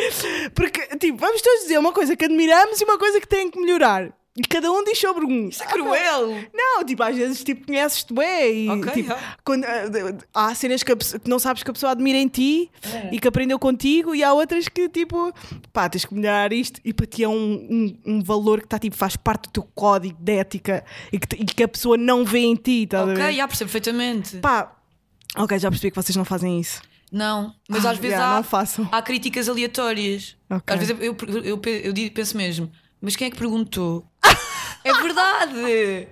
Speaker 2: Porque, tipo, vamos todos dizer uma coisa que admiramos e uma coisa que tem que melhorar. E cada um diz sobre um.
Speaker 3: Isso é cruel.
Speaker 2: Não, tipo, às vezes tipo, conheces-te bem e
Speaker 3: Ok,
Speaker 2: tipo,
Speaker 3: ah.
Speaker 2: quando, ah, de- de- há cenas que, a pessoa- que não sabes que a pessoa admira em ti
Speaker 3: É.
Speaker 2: e que aprendeu contigo e há outras que tipo, pá, tens que melhorar isto e para ti é um, um- um valor que está tipo, faz parte do teu código de ética e que, te- e que a pessoa não vê em ti, estás a ver?
Speaker 3: Ok, já percebo perfeitamente.
Speaker 2: Pá, ok, já percebi que vocês não fazem isso.
Speaker 3: Não, mas
Speaker 2: Ah,
Speaker 3: às vezes
Speaker 2: já,
Speaker 3: há,
Speaker 2: não façam.
Speaker 3: há críticas aleatórias.
Speaker 2: Ok.
Speaker 3: Às vezes eu, eu, eu, eu digo- penso mesmo, mas quem é que perguntou? é verdade!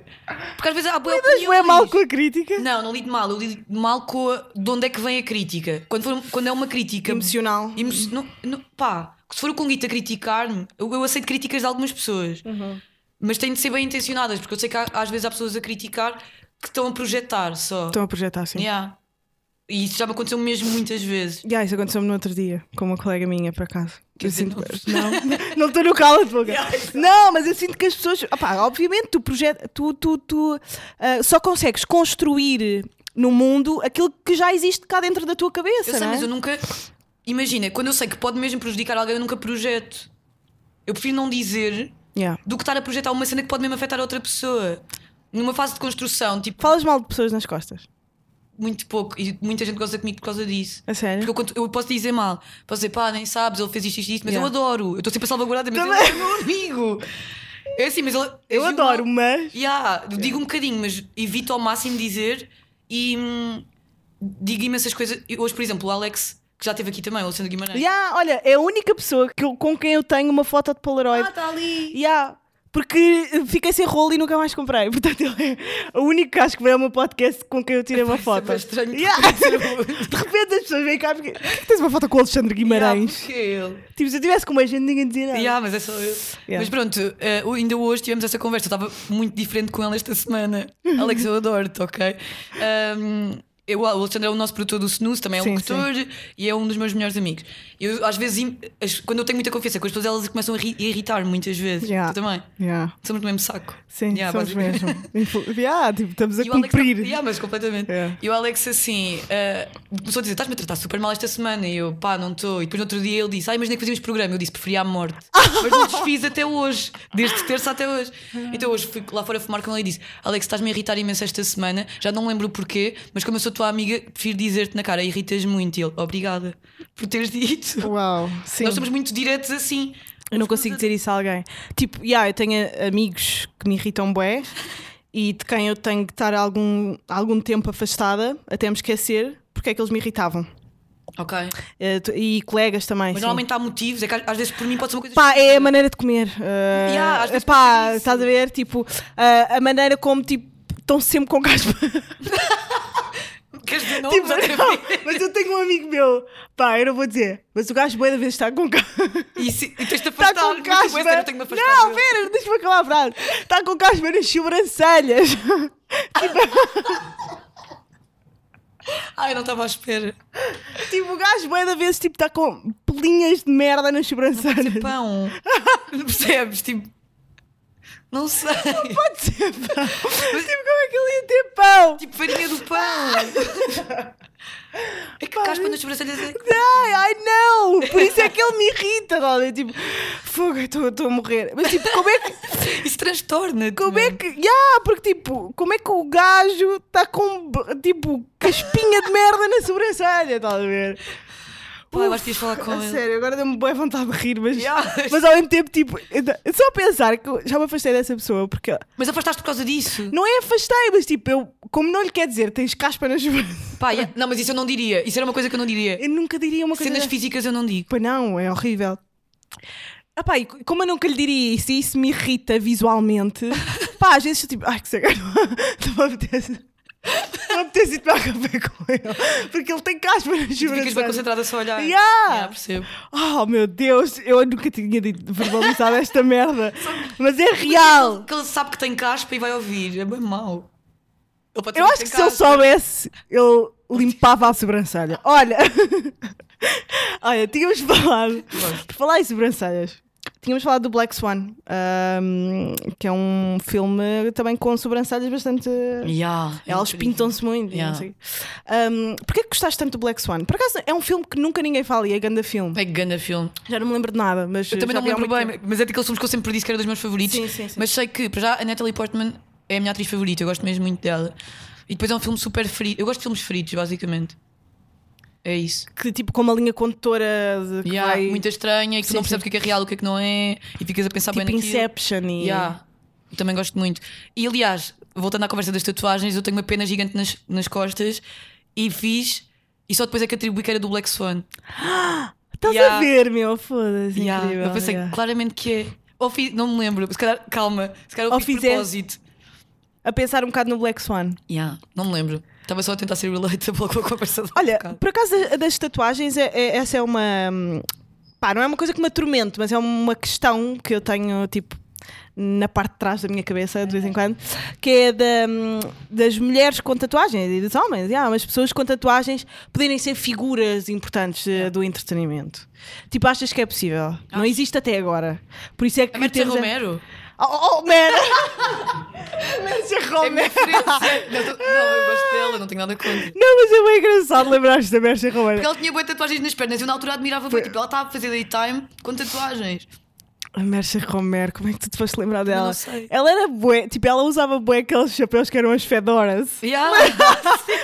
Speaker 3: Porque às vezes há boas
Speaker 2: Mas não é
Speaker 3: opiniões.
Speaker 2: mal com a crítica?
Speaker 3: Não, não lido mal, eu lido mal com a- de onde é que vem a crítica. Quando, for- quando é uma crítica
Speaker 2: Emocional.
Speaker 3: Emo- não- não- pá, se for o Conguito a criticar-me, eu, eu aceito críticas de algumas pessoas,
Speaker 2: Uhum.
Speaker 3: mas têm de ser bem intencionadas, porque eu sei que há- às vezes há pessoas a criticar que estão a projetar só.
Speaker 2: Estão a projetar assim.
Speaker 3: Yeah. E isso já me aconteceu mesmo muitas vezes.
Speaker 2: Yeah, isso aconteceu-me no outro dia, com uma colega minha, por acaso. Eu
Speaker 3: dizer,
Speaker 2: sinto- não, não estou no cala de boca. não, mas eu sinto que as pessoas. opá, obviamente, tu, projet, tu, tu, tu ah, só consegues construir no mundo aquilo que já existe cá dentro da tua cabeça.
Speaker 3: Eu sei,
Speaker 2: não é?
Speaker 3: mas eu nunca. Imagina, quando eu sei que pode mesmo prejudicar alguém, eu nunca projeto. Eu prefiro não dizer
Speaker 2: Yeah.
Speaker 3: do que estar a projetar uma cena que pode mesmo afetar outra pessoa. Numa fase de construção, tipo,
Speaker 2: Falas mal de pessoas nas costas.
Speaker 3: muito pouco. E muita gente gosta comigo por causa disso.
Speaker 2: A sério?
Speaker 3: Porque eu, conto- eu posso dizer mal, posso dizer pá, nem sabes, ele fez isto, isto, isto, mas
Speaker 2: Yeah.
Speaker 3: eu adoro, eu estou sempre a salvaguardar, mas
Speaker 2: Também.
Speaker 3: ele é meu amigo. É assim, mas ele.
Speaker 2: Eu
Speaker 3: digo
Speaker 2: adoro,
Speaker 3: mal.
Speaker 2: mas.
Speaker 3: Yeah, eu digo um bocadinho, mas evito ao máximo dizer e hum, digo imensas coisas. Eu Hoje, por exemplo, o Alex, que já esteve aqui também, o Alexandre Guimarães.
Speaker 2: Yeah, olha, é a única pessoa que eu- com quem eu tenho uma foto de Polaroid.
Speaker 3: Ah, está ali.
Speaker 2: Yeah, porque eh, fiquei sem rolo e nunca mais comprei. Portanto, ele é o único caso que veio ao meu podcast com quem eu tirei uma
Speaker 3: Isso é
Speaker 2: foto.
Speaker 3: bem estranho.
Speaker 2: Yeah.
Speaker 3: Yeah,
Speaker 2: De repente as pessoas vêm cá porque "Por que tens uma foto com o Alexandre Guimarães.
Speaker 3: porque ele.
Speaker 2: Tipo, se eu tivesse com mais gente, ninguém dizia nada.
Speaker 3: Yeah, mas é só eu.
Speaker 2: Yeah.
Speaker 3: Mas pronto, eh, ainda hoje tivemos essa conversa. Eu estava muito diferente com ela esta semana. Alex, eu adoro-te, ok? Um, eu, o Alexandre é o nosso produtor do Snooze, também é
Speaker 2: Sim,
Speaker 3: um locutor e é um dos meus melhores amigos. Eu, às vezes, im- as- quando eu tenho muita confiança com as pessoas, elas começam a ri- a irritar-me muitas vezes.
Speaker 2: Yeah.
Speaker 3: Tu também.
Speaker 2: Yeah.
Speaker 3: Somos do mesmo saco.
Speaker 2: Sim,
Speaker 3: Yeah,
Speaker 2: somos
Speaker 3: basicamente.
Speaker 2: mesmo. Influ- yeah, tipo, estamos a
Speaker 3: E o Alex- tá-
Speaker 2: cumprir.
Speaker 3: Yeah, mas completamente.
Speaker 2: Yeah.
Speaker 3: E o Alex assim ah, começou a dizer: estás-me a tratar super mal esta semana. E eu, pá, não estou. E depois no outro dia ele disse: ai, mas nem que fazíamos programa. Eu disse: preferia a morte. mas não desfiz até hoje, desde terça até hoje. Então hoje fui lá fora fumar com ele e disse: Alex, estás-me a irritar imenso esta semana. Já não lembro o porquê, mas como eu sou tua amiga, prefiro dizer-te na cara: irritas muito. E ele, obrigada por teres dito.
Speaker 2: Uau, sim.
Speaker 3: Nós somos muito diretos assim.
Speaker 2: Eu não consigo dizer isso a alguém. Tipo, yeah, eu tenho amigos que me irritam bué e de quem eu tenho que estar algum, algum tempo afastada até me esquecer porque é que eles me irritavam.
Speaker 3: Ok.
Speaker 2: Eh, tu- E colegas também.
Speaker 3: Mas
Speaker 2: sim.
Speaker 3: normalmente há motivos, é que às vezes por mim pode ser uma coisa.
Speaker 2: Pá, é a
Speaker 3: estúpida.
Speaker 2: maneira de comer. Uh,
Speaker 3: Yeah, às vezes pode ser
Speaker 2: pá,
Speaker 3: isso.
Speaker 2: estás a ver? Tipo, uh, a maneira como tipo, estão sempre com caspa.
Speaker 3: Queres dizer, não,
Speaker 2: tipo,
Speaker 3: mas-
Speaker 2: não, mas eu tenho um amigo meu, pá, eu não vou dizer, mas o gajo boa da vez está com caspa.
Speaker 3: E, se, e tens
Speaker 2: Está
Speaker 3: de afastar,
Speaker 2: Tá com
Speaker 3: mas tipo, essa
Speaker 2: caspa.
Speaker 3: eu tenho de afastar.
Speaker 2: Não, pera, deixa-me acabar a frase. Está com caspa nas sobrancelhas.
Speaker 3: Ai, não estava à espera.
Speaker 2: tipo, o gajo boa da vez tipo, está com pelinhas de merda nas sobrancelhas.
Speaker 3: Tipo Pão. Percebes? Tipo. Não sei.
Speaker 2: Pode ser pão. tipo, como é que ele ia ter pão?
Speaker 3: Tipo farinha do pão. É que caspa nas sobrancelhas. é-
Speaker 2: Ai, ai não! Por isso é que ele me irrita, olha, tipo, fogo, estou a morrer. Mas tipo, como é que.
Speaker 3: Isso transtorna.
Speaker 2: Como é que. Yeah, porque tipo, como é que o gajo está com tipo caspinha de merda na sobrancelha, estás a ver?
Speaker 3: Pá, eu acho que ias falar com
Speaker 2: a
Speaker 3: ele.
Speaker 2: sério, agora deu-me boa vontade de rir, mas,
Speaker 3: Yeah.
Speaker 2: mas ao mesmo tempo, tipo, eu ta- só a pensar que eu já me afastei dessa pessoa, porque
Speaker 3: Mas afastaste por causa disso.
Speaker 2: não é afastei, mas tipo, eu, como não lhe quer dizer, tens caspa nas sobrancelhas,
Speaker 3: Pá, yeah. não, mas isso eu não diria. Isso era uma coisa que eu não diria.
Speaker 2: eu nunca diria é uma coisa
Speaker 3: Cenas
Speaker 2: dessas.
Speaker 3: físicas eu não digo.
Speaker 2: Pois não, é horrível. Ah pá, e co- como eu nunca lhe diria isso e isso me irrita visualmente, pá, às vezes eu tipo, ai que saco, não me apetece. Não me apetece ir tomar café com ele, porque ele tem caspa nas
Speaker 3: Tu ficas bem
Speaker 2: sobrancelhas.
Speaker 3: concentrada só a olhar.
Speaker 2: Yeah.
Speaker 3: Yeah, percebo. é
Speaker 2: Oh meu Deus, eu nunca tinha dito- verbalizado esta merda, mas é real.
Speaker 3: Que ele sabe que tem caspa e vai ouvir. É bem mau. Ele pode
Speaker 2: Eu
Speaker 3: saber
Speaker 2: acho que
Speaker 3: tem
Speaker 2: se eu
Speaker 3: caspa.
Speaker 2: soubesse, eu limpava a sobrancelha. Olha, olha, tínhamos falado, por falar em sobrancelhas, Tínhamos falado do Black Swan, ahm, que é um filme também com sobrancelhas bastante.
Speaker 3: Yeah,
Speaker 2: Elas pintam-se muito.
Speaker 3: Yeah.
Speaker 2: Não sei. Ahm, porquê que gostaste tanto do Black Swan? Por acaso é um filme que nunca ninguém fala e é grande filme.
Speaker 3: É grande filme.
Speaker 2: Já não me lembro de nada, mas.
Speaker 3: Eu também
Speaker 2: já
Speaker 3: não
Speaker 2: vi
Speaker 3: me
Speaker 2: há
Speaker 3: lembro
Speaker 2: muito
Speaker 3: bem, mas é daqueles filmes que eu sempre disse que era dos meus favoritos.
Speaker 2: Sim, sim, sim.
Speaker 3: Mas sei que, para já, a Natalie Portman é a minha atriz favorita, eu gosto mesmo muito dela. E depois é um filme super ferido. Eu gosto de filmes feridos, basicamente. É isso.
Speaker 2: tempo. Que tipo com uma linha condutora de que
Speaker 3: E há
Speaker 2: vai.
Speaker 3: muita estranha e que tu
Speaker 2: Sim,
Speaker 3: não percebes o que é que é real, o que é que não é, e ficas a pensar
Speaker 2: tipo
Speaker 3: bem naquilo.
Speaker 2: Inception e.
Speaker 3: Yeah. Eu também gosto muito. E aliás, voltando à conversa das tatuagens, eu tenho uma pena gigante nas, nas costas e fiz, e só depois é que atribuí que era do Black Swan.
Speaker 2: Estás a
Speaker 3: Yeah.
Speaker 2: ver, meu? Foda-se.
Speaker 3: Yeah,
Speaker 2: incrível,
Speaker 3: eu pensei,
Speaker 2: yeah.
Speaker 3: claramente que é. Ou fiz, não me lembro, se calhar, calma, se calhar eu
Speaker 2: Ou
Speaker 3: fiz
Speaker 2: fizeste.
Speaker 3: propósito.
Speaker 2: A pensar um bocado no Black Swan.
Speaker 3: Yeah, não me lembro. Estava só a tentar ser relatable com a conversa de há
Speaker 2: Olha,
Speaker 3: Um bocado.
Speaker 2: por acaso da- das tatuagens, é- é- essa é uma. hum, Pá, não é uma coisa que me atormente, mas é uma questão que eu tenho, tipo, na parte de trás da minha cabeça, de vez em quando, que é da, hum, das mulheres com tatuagens e dos homens, yeah, mas pessoas com tatuagens poderem ser figuras importantes eh, do entretenimento. Tipo, achas que é possível? Não existe até agora. Por isso é que.
Speaker 3: A Mércia
Speaker 2: temos a-
Speaker 3: Romero?
Speaker 2: Oh, oh, oh, merda! Mércia Romero!
Speaker 3: É minha referência. não, tô- não, eu gosto dela, não tenho nada contra.
Speaker 2: Não, mas é bem engraçado lembrar-te da Mércia Romero.
Speaker 3: Porque ela tinha boas tatuagens nas pernas. Eu na altura admirava bem. Tipo, ela estava a fazer daytime com tatuagens.
Speaker 2: A Mercha Romero, como é que tu te foste lembrar dela?
Speaker 3: não sei.
Speaker 2: Ela era bué, tipo, ela usava bué aqueles chapéus que eram as fedoras.
Speaker 3: Yeah.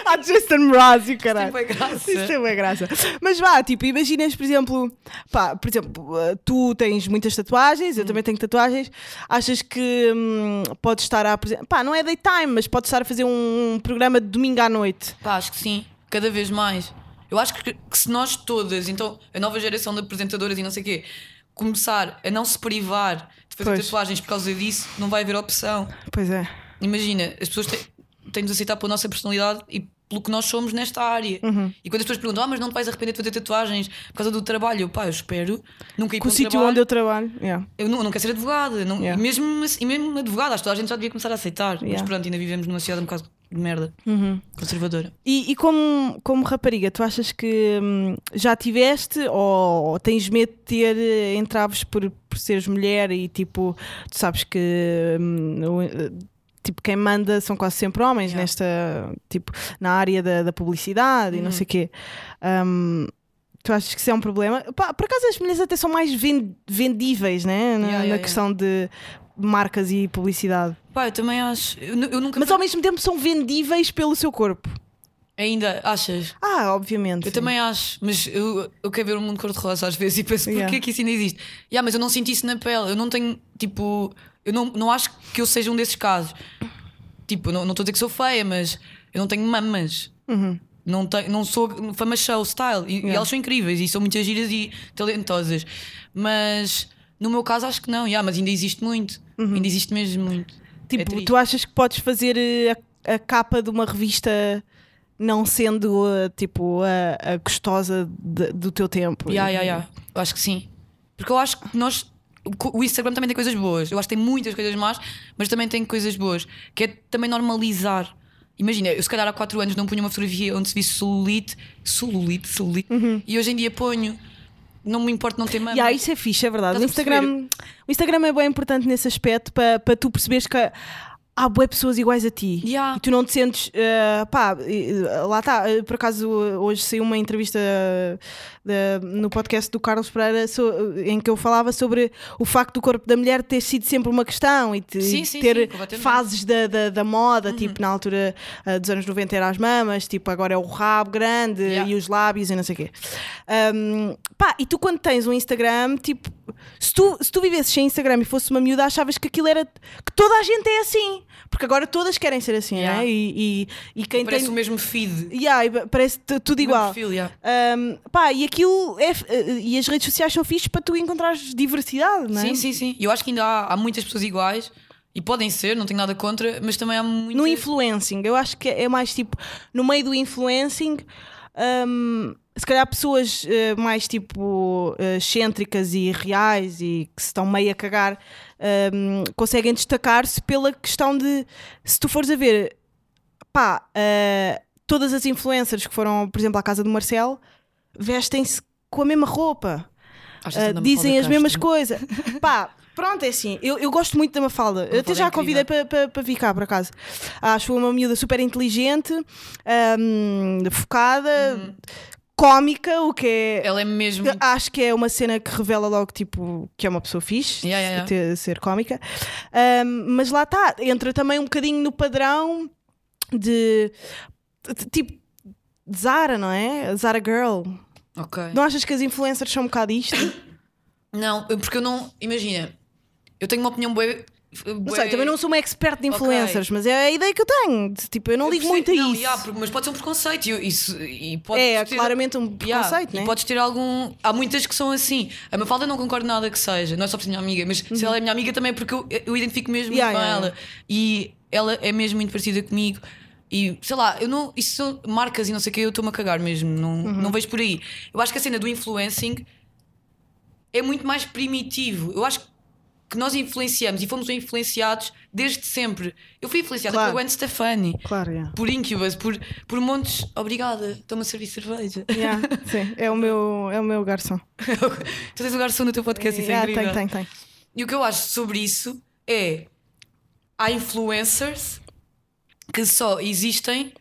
Speaker 2: A Justin Mraz e o caralho.
Speaker 3: é bué Tipo, é graça.
Speaker 2: Isso é tem bué graça. Mas vá, tipo, imaginas, por exemplo, pá, por exemplo, eh, tu tens muitas tatuagens,
Speaker 3: Hum.
Speaker 2: eu também tenho tatuagens, achas que hum, podes estar a, por exemplo, pá, não é daytime, mas podes estar a fazer um programa de domingo à noite.
Speaker 3: Pá, acho que sim, cada vez mais. Eu acho que, que se nós todas, então a nova geração de apresentadoras e não sei o quê, começar a não se privar de fazer
Speaker 2: Pois.
Speaker 3: tatuagens por causa disso, não vai haver opção.
Speaker 2: Pois é.
Speaker 3: Imagina, as pessoas têm, têm de nos aceitar pela nossa personalidade e pelo que nós somos nesta área.
Speaker 2: Uhum.
Speaker 3: E quando as pessoas perguntam, ah, mas não te vais arrepender de fazer tatuagens por causa do trabalho, eu, pá, eu espero nunca ir
Speaker 2: Com
Speaker 3: para
Speaker 2: o
Speaker 3: um
Speaker 2: sítio
Speaker 3: trabalho.
Speaker 2: onde eu trabalho. yeah.
Speaker 3: Eu não, não quero ser advogada. Não,
Speaker 2: Yeah.
Speaker 3: e, mesmo, assim- e mesmo advogada, acho que toda a gente já devia começar a aceitar. Mas
Speaker 2: Yeah. Uhum.
Speaker 3: pronto, ainda vivemos numa sociedade um bocado de merda. Conservadora.
Speaker 2: E, e como, como rapariga, tu achas que hum, já tiveste ou tens medo de ter eh, entraves por, por seres mulher e tipo, tu sabes que hum, o- eh, tipo, quem manda são quase sempre homens
Speaker 3: Yeah.
Speaker 2: nesta, tipo, na área da, da publicidade e
Speaker 3: Uhum.
Speaker 2: não sei o quê. Hum, tu achas que isso é um problema? Pá, por acaso as mulheres até são mais ven- vendíveis, né? Na,
Speaker 3: Yeah, yeah,
Speaker 2: na
Speaker 3: yeah.
Speaker 2: questão de marcas e publicidade.
Speaker 3: Pá, eu também acho. Eu, nu- eu nunca.
Speaker 2: Mas ao mesmo tempo são vendíveis pelo seu corpo.
Speaker 3: Ainda, achas?
Speaker 2: Ah, obviamente.
Speaker 3: Eu
Speaker 2: sim.
Speaker 3: também acho, mas eu, eu quero ver o mundo cor-de-rosa às vezes e penso,
Speaker 2: Yeah.
Speaker 3: porquê que isso ainda existe? Yeah, mas eu não sinto isso na pele, eu não tenho, tipo, eu não, não acho que eu seja um desses casos. Tipo, eu não não estou a dizer que sou feia, mas eu não tenho mamas.
Speaker 2: Uhum.
Speaker 3: Não, tenho, não sou fama show style. E, e elas são incríveis e são muitas giras e talentosas. Mas no meu caso acho que não, yeah, mas ainda existe muito. Ainda existe mesmo muito. É
Speaker 2: Uhum. Tipo,
Speaker 3: triste.
Speaker 2: tu achas que podes fazer eh, a, a capa de uma revista não sendo eh, tipo a, a gostosa de- do teu tempo?
Speaker 3: Ya, ya, ya. Eu acho que sim. Porque eu acho que nós. o co- O Instagram também tem coisas boas. Eu acho que tem muitas coisas más, mas também tem coisas boas. Que é também normalizar. Imagina, eu se calhar há 4 anos não punha uma fotografia onde se visse celulite, celulite, celulite, e hoje em dia ponho. Não me importa não ter mama.
Speaker 2: Uhum. Yeah, isso é fixe, é verdade. O
Speaker 3: Estás a
Speaker 2: Instagram, o Instagram é bem importante nesse aspecto para tu perceberes que há boas pessoas iguais a ti.
Speaker 3: Yeah.
Speaker 2: E tu não te sentes. eh, pá, eh, lá está. eh, por acaso, eh, hoje saiu uma entrevista eh, da- no podcast do Carlos Pereira so- eh, em que eu falava sobre o facto do corpo da mulher ter sido sempre uma questão e te-
Speaker 3: Sim, sim, sim,
Speaker 2: ter
Speaker 3: completamente.
Speaker 2: fases da, da, da moda.
Speaker 3: Uhum.
Speaker 2: Tipo, na altura eh, dos anos 90 era as mamas, tipo, agora é o rabo grande
Speaker 3: Yeah.
Speaker 2: e os lábios e não sei o quê. Um, pá, e tu quando tens um Instagram, tipo, se tu, se tu vivesses sem Instagram e fosse uma miúda, achavas que aquilo era. que toda a gente é assim. Porque agora todas querem ser assim,
Speaker 3: Yeah.
Speaker 2: né? E, e, e quem
Speaker 3: Parece o
Speaker 2: tem.
Speaker 3: mesmo feed.
Speaker 2: Yeah, e pa- parece tu- tudo igual.
Speaker 3: Perfil, ya.
Speaker 2: Um, pá, e aquilo é. f- E as redes sociais são fixes para tu encontrares diversidade, não é?
Speaker 3: Sim, sim, sim. Eu acho que ainda há, há muitas pessoas iguais. E podem ser, não tenho nada contra, mas também há muitas.
Speaker 2: No influencing, eu acho que é mais tipo, no meio do influencing, hum, se calhar pessoas eh, mais tipo eh, excêntricas e reais e que se estão meio a cagar hum, conseguem destacar-se pela questão de se tu fores a ver, pá, eh, todas as influencers que foram, por exemplo, à casa do Marcelo vestem-se com a mesma roupa.
Speaker 3: Achas
Speaker 2: ah,
Speaker 3: a Mafalda
Speaker 2: dizem as
Speaker 3: Castro?
Speaker 2: mesmas coisas. Pá, pronto, é assim. Eu, eu gosto muito da Mafalda. Eu até
Speaker 3: Mafalda
Speaker 2: já
Speaker 3: é
Speaker 2: a convidei para pa, pa vir cá, por acaso. Acho uma miúda super inteligente, ahm, focada, cómica, o que é.
Speaker 3: Uhum. Ela é mesmo.
Speaker 2: Eu Acho que é uma cena que revela logo tipo, que é uma pessoa fixe,
Speaker 3: Yeah, yeah, yeah.
Speaker 2: Ter, ser cómica. Ahm, mas lá está, entra também um bocadinho no padrão de, de- tipo de Zara, não é? Zara Girl.
Speaker 3: Ok.
Speaker 2: Não achas que as influencers são um bocado isto?
Speaker 3: Não, eu- porque eu não. Imagina, eu tenho uma opinião boa.
Speaker 2: Não sei, também não sou uma expert de
Speaker 3: Ok.
Speaker 2: influencers, mas é a ideia que eu tenho. de, tipo, eu não ligo muito a isso.
Speaker 3: mas pode ser um preconceito. E, isso, e pode
Speaker 2: é,
Speaker 3: ter-
Speaker 2: claramente um
Speaker 3: Yeah,
Speaker 2: preconceito,
Speaker 3: e
Speaker 2: né?
Speaker 3: podes ter algum. Há muitas que são assim. A Mafalda não concordo nada que seja, não é só por ser minha amiga, mas se ela é minha amiga também é porque eu, eu identifico mesmo
Speaker 2: Uhum. Yeah,
Speaker 3: com
Speaker 2: yeah,
Speaker 3: ela. E ela é mesmo muito parecida comigo. E sei lá, eu não. Isso são marcas e não sei o que, eu estou-me a cagar mesmo. Não,
Speaker 2: Uhum.
Speaker 3: não vejo por aí. Eu acho que a cena do influencing é muito mais primitivo. Eu acho que nós influenciamos e fomos influenciados desde sempre. Eu fui influenciada
Speaker 2: Claro.
Speaker 3: pela Gwen Stefani.
Speaker 2: Claro, yeah.
Speaker 3: Por Incubus, por, por montes. Obrigada, estou-me a servir cerveja.
Speaker 2: Yeah, sim, é o meu, é o meu garçom.
Speaker 3: tu tens o garçom no teu podcast, isso é
Speaker 2: Yeah,
Speaker 3: incrível.
Speaker 2: tem, tem, tem.
Speaker 3: E o que eu acho sobre isso é há influencers que só existem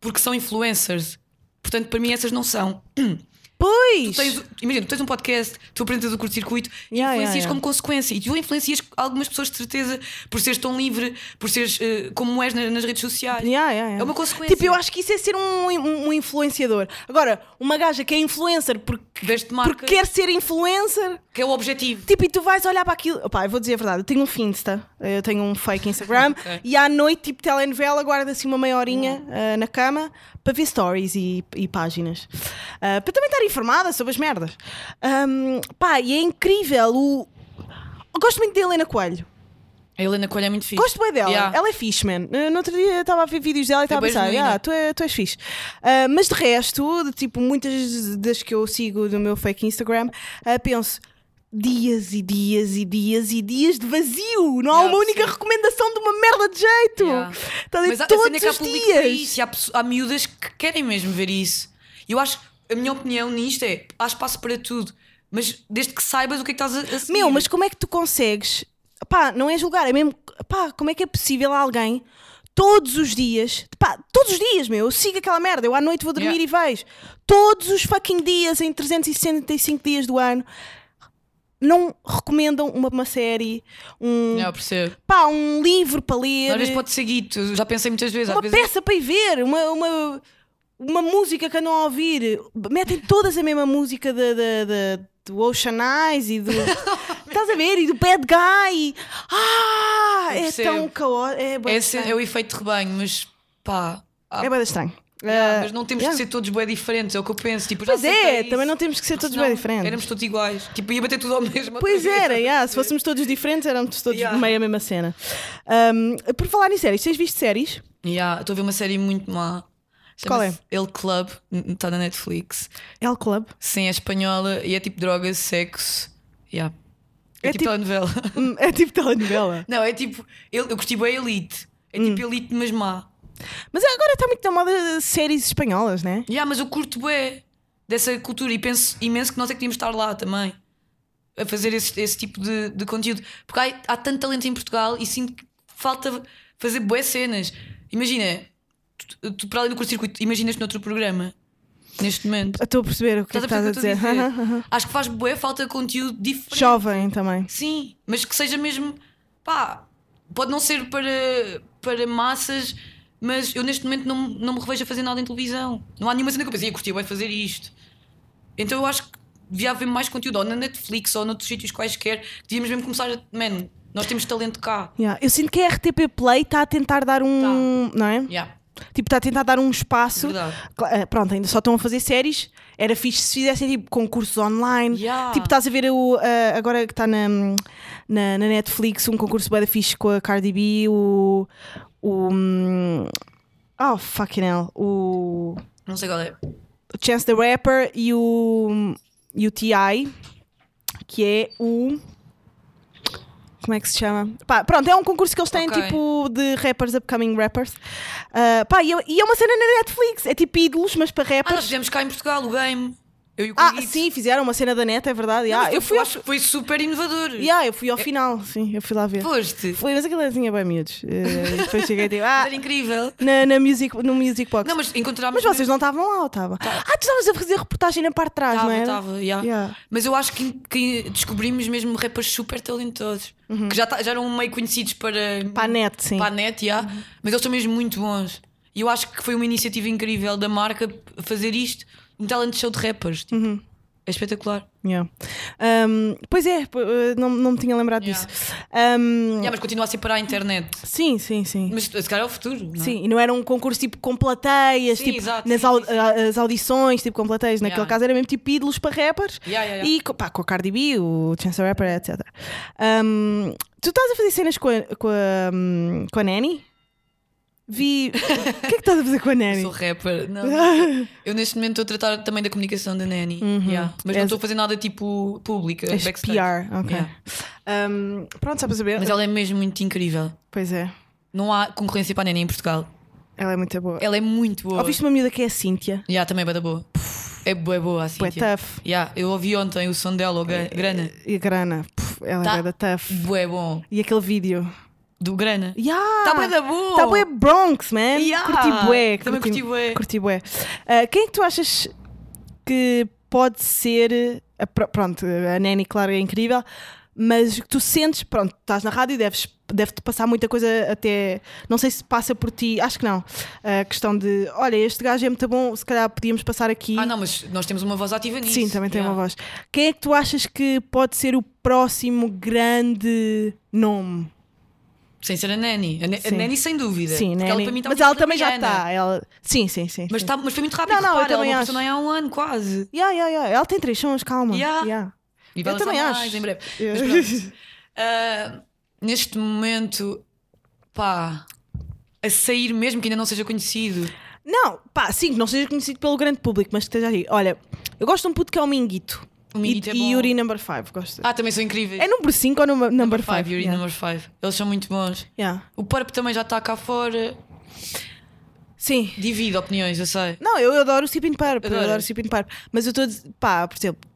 Speaker 3: porque são influencers. Portanto, para mim essas não são.
Speaker 2: Pois!
Speaker 3: Tens- imagina, tu tens um podcast, tu apresentas o curto-circuito e
Speaker 2: Yeah, yeah,
Speaker 3: influencias
Speaker 2: yeah.
Speaker 3: como consequência. E tu influencias algumas pessoas de certeza por seres tão livre, por seres eh, como és na- nas redes sociais.
Speaker 2: Yeah, yeah, yeah.
Speaker 3: É uma consequência.
Speaker 2: Tipo, eu acho que isso é ser um, um- um influenciador. Agora, uma gaja que é influencer porque,
Speaker 3: Veste marca,
Speaker 2: porque quer ser influencer.
Speaker 3: que é o objetivo.
Speaker 2: Tipo, e tu vais olhar para aquilo. Opá, eu vou dizer a verdade, eu tenho um Finsta, eu tenho um fake Instagram
Speaker 3: Ok.
Speaker 2: e à noite, tipo telenovela, guardo assim uma meia horinha ah, na cama para ver stories e, e páginas. Ah, para também estar informada sobre as merdas. Ahm, pá, e é incrível. O... Eu gosto muito de Helena Coelho.
Speaker 3: A Helena Coelho é muito fixe.
Speaker 2: Gosto bem dela.
Speaker 3: Yeah. Tipo,
Speaker 2: Ela é fixe, man. Uh, No outro dia estava a ver vídeos dela e estava a
Speaker 3: bem
Speaker 2: pensar,
Speaker 3: genuína.
Speaker 2: ah, tu, é, tu és fixe. Uh, mas de resto, de, tipo, muitas das que eu sigo do meu fake Instagram, uh, penso. Dias e dias e dias e dias de vazio. Não há
Speaker 3: Yeah,
Speaker 2: uma única
Speaker 3: sim.
Speaker 2: recomendação de uma merda de jeito.
Speaker 3: Yeah.
Speaker 2: Tá ali
Speaker 3: Mas há, a cena é
Speaker 2: todos
Speaker 3: que há
Speaker 2: os
Speaker 3: público para
Speaker 2: dias.
Speaker 3: isso. E há, pesso- há miúdas que querem mesmo ver isso. E eu acho, a minha opinião nisto é: há espaço para tudo. Mas desde que saibas o que é que estás a, a seguir.
Speaker 2: Meu, mas como é que tu consegues? Pá, não é julgar, é mesmo. Pá, como é que é possível alguém todos os dias, pá, todos os dias, meu, eu sigo aquela merda, eu à noite vou dormir e
Speaker 3: Yeah.
Speaker 2: vejo. Todos os fucking dias, em 365 dias do ano, não recomendam uma, uma série, um,
Speaker 3: Não, eu percebo.
Speaker 2: pá, um livro para ler,
Speaker 3: Às vezes pode ser guito. eu Já pensei muitas vezes. é
Speaker 2: uma
Speaker 3: às vezes
Speaker 2: peça para ir ver, uma. uma uma música que andam a ouvir, metem todas a mesma música da- da- da- do Ocean Eyes e do. Estás a ver? E do Bad Guy. Ah!
Speaker 3: Eu
Speaker 2: É
Speaker 3: percebo.
Speaker 2: tão caótico. É bué
Speaker 3: é,
Speaker 2: de
Speaker 3: esse é
Speaker 2: estranho.
Speaker 3: o efeito de rebanho, mas pá. há-
Speaker 2: É bué de estranho.
Speaker 3: yeah,
Speaker 2: Ah,
Speaker 3: mas não temos
Speaker 2: yeah.
Speaker 3: de ser todos bem diferentes, é o que eu penso. Tipo, já
Speaker 2: Pois é,
Speaker 3: aceitei
Speaker 2: também
Speaker 3: isso,
Speaker 2: não temos que ser todos
Speaker 3: senão
Speaker 2: bem diferentes.
Speaker 3: Éramos todos iguais. Tipo, ia bater tudo ao mesmo. outra
Speaker 2: Pois
Speaker 3: vez.
Speaker 2: era, yeah, se fôssemos todos diferentes, éramos todos
Speaker 3: Yeah.
Speaker 2: meio a mesma cena. Ahm, por falar em séries, tens visto séries?
Speaker 3: Yeah, Estou a ver uma série muito má.
Speaker 2: Qual é?
Speaker 3: Chama-se El Club, está na Netflix.
Speaker 2: El Club.
Speaker 3: Sim, é espanhola e é tipo droga, sexo. Yeah. É,
Speaker 2: É tipo-
Speaker 3: tipo, telenovela.
Speaker 2: Hum, É tipo telenovela.
Speaker 3: Não, é tipo. Eu, eu curti bem Elite. É tipo Elite, mas má.
Speaker 2: Mas agora está muito na moda séries espanholas, né?
Speaker 3: Yeah, mas eu curto bem dessa cultura e penso imenso que nós é que devíamos estar lá também a fazer esse, esse tipo de, de conteúdo. Porque há, há tanto talento em Portugal e sinto que falta fazer boas cenas. Imagina, tu, tu, para além do curto-circuito, imaginas-te noutro programa neste momento.
Speaker 2: Estou a perceber o que é que
Speaker 3: Estás a
Speaker 2: estás a
Speaker 3: perceber
Speaker 2: dizer.
Speaker 3: o que eu estou a dizer? Acho que faz boa falta conteúdo diferente.
Speaker 2: Jovem também.
Speaker 3: Sim, mas que seja mesmo. pá, pode não ser para, para massas, mas eu neste momento não, não me revejo a fazer nada em televisão. Não há nenhuma cena que eu pensei, "Ia, curti, vai fazer isto. Então eu acho que devia haver mais conteúdo, ou na Netflix, ou noutros sítios quaisquer, que devíamos mesmo começar a. Man, nós temos talento cá.
Speaker 2: Yeah, Eu sinto que a RTP Play está a tentar dar um. Não é?
Speaker 3: Yeah,
Speaker 2: Tipo, está a tentar dar um espaço.
Speaker 3: Tá. Verdade.
Speaker 2: Cla- eh, Pronto, ainda só estão a fazer séries. Era fixe se fizessem tipo concursos online.
Speaker 3: Yeah.
Speaker 2: Tipo, estás a ver o, eh, agora que está na, na, na Netflix um concurso bem fixe com a Cardi B, o. o hum, oh, fucking hell. O
Speaker 3: não sei qual é.
Speaker 2: Chance the Rapper e o. e o T.I., que é o. Como é que se chama? Pá, pronto, é um concurso que eles têm
Speaker 3: Ok.
Speaker 2: tipo de rappers, upcoming rappers. Ah, pá, e é, e é uma cena na Netflix. É tipo ídolos, mas para
Speaker 3: Ah, nós
Speaker 2: rappers.
Speaker 3: fizemos cá em Portugal o game. Eu e o
Speaker 2: Ah,
Speaker 3: Cogito.
Speaker 2: sim, fizeram uma cena da neta, é verdade.
Speaker 3: Não,
Speaker 2: ah,
Speaker 3: mas
Speaker 2: eu fui ao,
Speaker 3: acho que foi super inovador.
Speaker 2: yeah, eu fui ao final, sim, eu fui lá ver.
Speaker 3: Foste.
Speaker 2: Foi, mas aquilo tinha bem miúdos. Eh, depois cheguei tipo, ah,
Speaker 3: Era incrível.
Speaker 2: na, na music, no music box.
Speaker 3: Não, mas encontramos.
Speaker 2: mas vocês não estavam lá, ou estavam? Ah, tu estavas a fazer reportagem na parte de trás, não
Speaker 3: Estava,
Speaker 2: era?
Speaker 3: estava, yeah.
Speaker 2: Yeah.
Speaker 3: Mas eu acho que, que descobrimos mesmo rappers super talentosos. Que já, ta- já eram meio conhecidos para,
Speaker 2: Uhum. Para a net, Uhum. sim. Uhum.
Speaker 3: para a net, yeah. mas eles são mesmo muito bons. E eu acho que foi uma iniciativa incrível da marca fazer isto, um talent show de rappers. tipo.
Speaker 2: Uhum.
Speaker 3: É espetacular.
Speaker 2: Yeah. Um, pois é, p- eh, não, não me tinha lembrado
Speaker 3: Yeah.
Speaker 2: disso. Um,
Speaker 3: Yeah, mas continua a ser para a internet.
Speaker 2: Sim, sim, sim.
Speaker 3: Mas se calhar é o futuro. Não é?
Speaker 2: Sim, e não era um concurso tipo com plateias,
Speaker 3: Sim,
Speaker 2: tipo
Speaker 3: exato,
Speaker 2: nas
Speaker 3: sim,
Speaker 2: au-
Speaker 3: sim.
Speaker 2: a- as audições, tipo com plateias. Naquele
Speaker 3: Yeah.
Speaker 2: caso era mesmo tipo ídolos para rappers
Speaker 3: Yeah, yeah, yeah.
Speaker 2: e co- pá, com a Cardi B, o Chance the Rapper, etc. Um, tu estás a fazer cenas com a, com a, hum, com a Nanny? Vi. o que é que estás a fazer com a
Speaker 3: Eu
Speaker 2: Nanny?
Speaker 3: sou rapper. Não. eu neste momento estou a tratar também da comunicação da Nanny. yeah. Mas
Speaker 2: Uhum.
Speaker 3: não
Speaker 2: És-
Speaker 3: estou a fazer nada tipo pública,
Speaker 2: És
Speaker 3: backstage.
Speaker 2: PR, ok.
Speaker 3: Yeah.
Speaker 2: Um, pronto, só para saber.
Speaker 3: Mas ela é mesmo muito incrível.
Speaker 2: Pois é,
Speaker 3: Não há concorrência para a Nanny em Portugal.
Speaker 2: ela é muito boa.
Speaker 3: Ela é muito boa.
Speaker 2: Ouviste uma miúda que é a Cíntia?
Speaker 3: Yeah, também é bué da boa. É boa, é boa assim.
Speaker 2: Bué tough. É,
Speaker 3: Yeah, eu ouvi ontem o som dela, o gra- Grana.
Speaker 2: E a Grana, puf, ela
Speaker 3: Tá.
Speaker 2: é da tough.
Speaker 3: Bué bom.
Speaker 2: E aquele vídeo.
Speaker 3: Do Grana.
Speaker 2: Yeah.
Speaker 3: Tá bué da boa.
Speaker 2: Tá bué Bronx, man.
Speaker 3: Yeah.
Speaker 2: Curti bué.
Speaker 3: Também curti bué.
Speaker 2: curti bué. Ah, quem é que tu achas que pode ser... a pro- pronto, a Nani, claro, é incrível. Mas que tu sentes... Pronto, estás na rádio e deves... Deve-te passar muita coisa até. Não sei se passa por ti, acho que não. A questão de: olha, este gajo é muito bom, se calhar podíamos passar aqui.
Speaker 3: Ah, não, mas nós temos uma voz ativa nisso.
Speaker 2: Sim, também tem
Speaker 3: Yeah.
Speaker 2: uma voz. Quem é que tu achas que pode ser o próximo grande nome?
Speaker 3: Sem ser a Nanny. A, Ne- a
Speaker 2: Sim.
Speaker 3: Nanny, sem dúvida.
Speaker 2: Sim,
Speaker 3: Porque
Speaker 2: Nani.
Speaker 3: para mim tá
Speaker 2: mas
Speaker 3: muito
Speaker 2: ela também já
Speaker 3: italiana.
Speaker 2: está. Ela... Sim, sim, sim.
Speaker 3: Mas,
Speaker 2: sim.
Speaker 3: tá, mas foi muito rápido.
Speaker 2: Não, não, eu
Speaker 3: repara, ela é
Speaker 2: também
Speaker 3: uma
Speaker 2: acho.
Speaker 3: personagem há um ano quase.
Speaker 2: Yeah, yeah, yeah. Ela tem três sons, calma.
Speaker 3: Yeah.
Speaker 2: Yeah.
Speaker 3: E vai
Speaker 2: Eu
Speaker 3: lançar
Speaker 2: também
Speaker 3: mais
Speaker 2: acho.
Speaker 3: em breve.
Speaker 2: Eu-
Speaker 3: Mas pronto. Ah, neste momento, pá, a sair mesmo que ainda não seja conhecido.
Speaker 2: Não, pá, sim, que não seja conhecido pelo grande público, mas que esteja ali. Olha, eu gosto de um puto que é o Minguito.
Speaker 3: O Minguito
Speaker 2: e,
Speaker 3: é
Speaker 2: E
Speaker 3: bom.
Speaker 2: Yuri Number 5, gosto.
Speaker 3: Ah, também são incríveis.
Speaker 2: É número 5 ou número- number 5?
Speaker 3: Five, Yuri
Speaker 2: yeah.
Speaker 3: Number 5. Eles são muito bons.
Speaker 2: Yeah.
Speaker 3: O Purp também já está cá fora.
Speaker 2: Sim.
Speaker 3: Divide opiniões, eu sei.
Speaker 2: Não, eu adoro o Sipin Parp, eu
Speaker 3: Adoras?
Speaker 2: adoro o Sipin Parp. Mas eu estou a dizer, pá, por exemplo,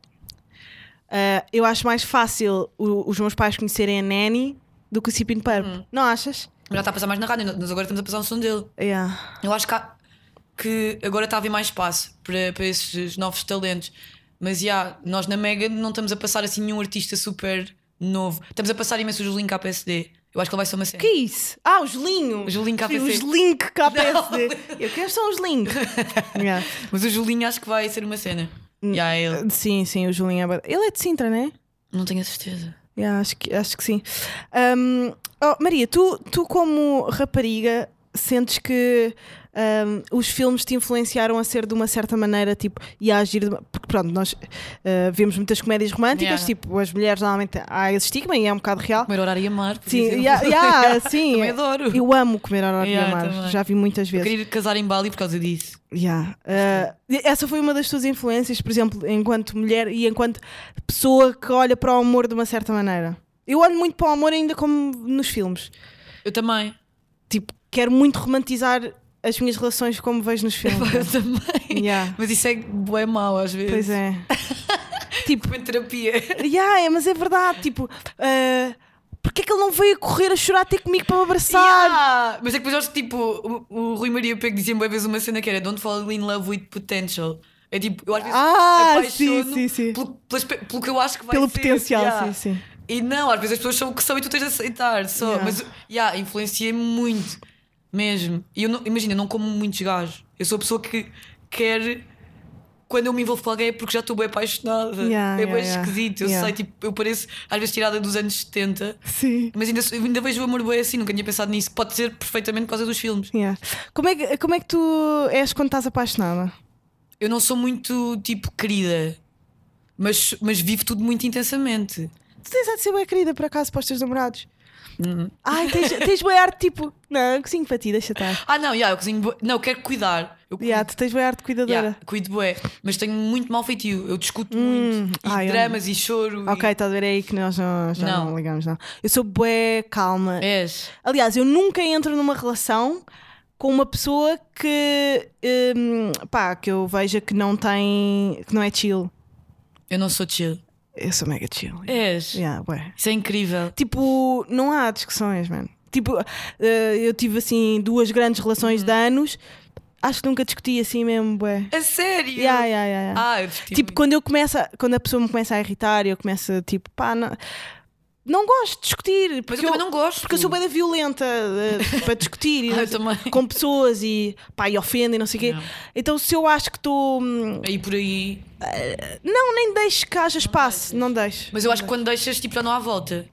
Speaker 2: ah, eu acho mais fácil o- os meus pais conhecerem a Nanny do que o Sipin Parp. Não achas?
Speaker 3: Já está a passar mais na rádio, nós agora estamos a passar um som dele.
Speaker 2: Yeah.
Speaker 3: Eu acho que, há- que agora está a haver mais espaço para, para esses novos talentos. Mas já, nós na Mega não estamos a passar assim nenhum artista super novo. Estamos a passar imenso o Julinho KPSD. Eu acho que ele vai ser uma cena.
Speaker 2: Que é isso? Ah, os Linho!
Speaker 3: Os Linho KPC.
Speaker 2: Os Link KPSD. Eu quero são os Link. Yeah.
Speaker 3: Mas o Julinho acho que vai ser uma cena.
Speaker 2: Hum.
Speaker 3: Já ele.
Speaker 2: Sim, sim, o Julinho é. bué- Ele é de Sintra, não é?
Speaker 3: Não tenho a certeza.
Speaker 2: Yeah, acho, que, acho que sim. Um, oh, Maria, tu, tu, como rapariga, sentes que um, os filmes te influenciaram a ser de uma certa maneira tipo, e a agir. De, uma- porque, pronto, nós uh, vemos muitas comédias românticas,
Speaker 3: Yeah.
Speaker 2: tipo, as mulheres normalmente há esse estigma e é um bocado real.
Speaker 3: Comer horário e amar. por
Speaker 2: Sim,
Speaker 3: exemplo.
Speaker 2: yeah, yeah, sim.
Speaker 3: Também adoro.
Speaker 2: Eu amo comer horário
Speaker 3: Yeah,
Speaker 2: de amar,
Speaker 3: também.
Speaker 2: já vi muitas vezes.
Speaker 3: Queria ir casar em Bali por causa disso.
Speaker 2: Yeah. Uh, essa foi uma das tuas influências, por exemplo, enquanto mulher e enquanto pessoa que olha para o amor de uma certa maneira. Eu olho muito para o amor ainda como nos filmes.
Speaker 3: Eu também.
Speaker 2: Tipo, quero muito romantizar as minhas relações como vejo nos filmes.
Speaker 3: Eu também.
Speaker 2: Yeah.
Speaker 3: Mas isso é bué mau às vezes.
Speaker 2: Pois é.
Speaker 3: Tipo, em terapia.
Speaker 2: Yeah, é, mas é verdade. Tipo, uh, porque é que ele não veio correr a chorar até comigo para me abraçar?
Speaker 3: Yeah. Mas é que depois acho que tipo, o, o Rui Maria Pego dizia uma vez uma cena que era Don't fall in love with potential. É tipo, eu às vezes
Speaker 2: Ah,
Speaker 3: apaixono
Speaker 2: sim, sim, sim.
Speaker 3: Pelo, pelas pe- pelo que eu acho que vai
Speaker 2: Pelo
Speaker 3: ser.
Speaker 2: potencial,
Speaker 3: Yeah.
Speaker 2: sim, sim.
Speaker 3: E não, às vezes as pessoas são o que são e tu tens de aceitar só.
Speaker 2: Yeah.
Speaker 3: Mas, yeah, influenciei-me muito, mesmo. E eu não, imagina, eu não como muitos gajos. Eu sou a pessoa que quer. Quando eu me envolvo com alguém é porque já estou bem apaixonada.
Speaker 2: Yeah,
Speaker 3: é bem
Speaker 2: yeah, yeah.
Speaker 3: esquisito. Eu
Speaker 2: Yeah.
Speaker 3: sei, tipo, eu pareço às vezes tirada dos anos 70.
Speaker 2: Sim.
Speaker 3: Mas ainda, sou- ainda vejo o amor bem assim, nunca tinha pensado nisso. Pode ser perfeitamente por causa dos filmes.
Speaker 2: Yeah. Como, é que, como é que tu és quando estás apaixonada?
Speaker 3: Eu não sou muito, tipo, querida, mas, mas vivo tudo muito intensamente.
Speaker 2: Tu tens a de ser bem querida, por acaso, para os teus namorados? Ai, tens, tens boa arte, tipo, não, cozinho para ti, deixa estar.
Speaker 3: Ah, não, yeah, eu cozinho. bué- Não, eu quero cuidar. Eu cuido.
Speaker 2: Yeah, tu tens boa arte cuidadora.
Speaker 3: Yeah, cuido bué, mas tenho muito mau feitio. Eu discuto muito. E
Speaker 2: Hum, ai, eu-
Speaker 3: dramas e choro.
Speaker 2: Ok, estás a ver É aí que nós não, já não.
Speaker 3: Não. É.
Speaker 2: ligamos, não. Eu sou bué calma.
Speaker 3: E... És.
Speaker 2: Aliás, eu nunca entro numa relação com uma pessoa que, hum, pá, que eu veja que não tem, que não é chill.
Speaker 3: Eu não sou chill.
Speaker 2: Eu sou mega chill.
Speaker 3: És.
Speaker 2: Yeah, ué.
Speaker 3: Isso é incrível.
Speaker 2: Tipo, não há discussões, mano. Tipo, eh, eu tive assim duas grandes relações de
Speaker 3: Uhum.
Speaker 2: anos, acho que nunca discuti assim mesmo, bué.
Speaker 3: A sério?
Speaker 2: Yeah, yeah, yeah, yeah.
Speaker 3: Ah, eu discuti
Speaker 2: Tipo,
Speaker 3: muito.
Speaker 2: quando eu começo, a- quando a pessoa me começa a irritar, eu começo a, tipo, pá, não, não gosto de discutir.
Speaker 3: Mas
Speaker 2: Porque
Speaker 3: eu, também não gosto.
Speaker 2: Porque eu sou bem da violenta eh, para discutir e
Speaker 3: Ah,
Speaker 2: não
Speaker 3: eu
Speaker 2: sei-
Speaker 3: também.
Speaker 2: com pessoas e pá, e ofendem, não sei o quê.
Speaker 3: Não.
Speaker 2: Então, se eu acho que estou. hum,
Speaker 3: Aí por aí.
Speaker 2: Não, nem deixo que haja espaço, não deixo.
Speaker 3: Mas eu acho que quando deixas, tipo, já não há volta.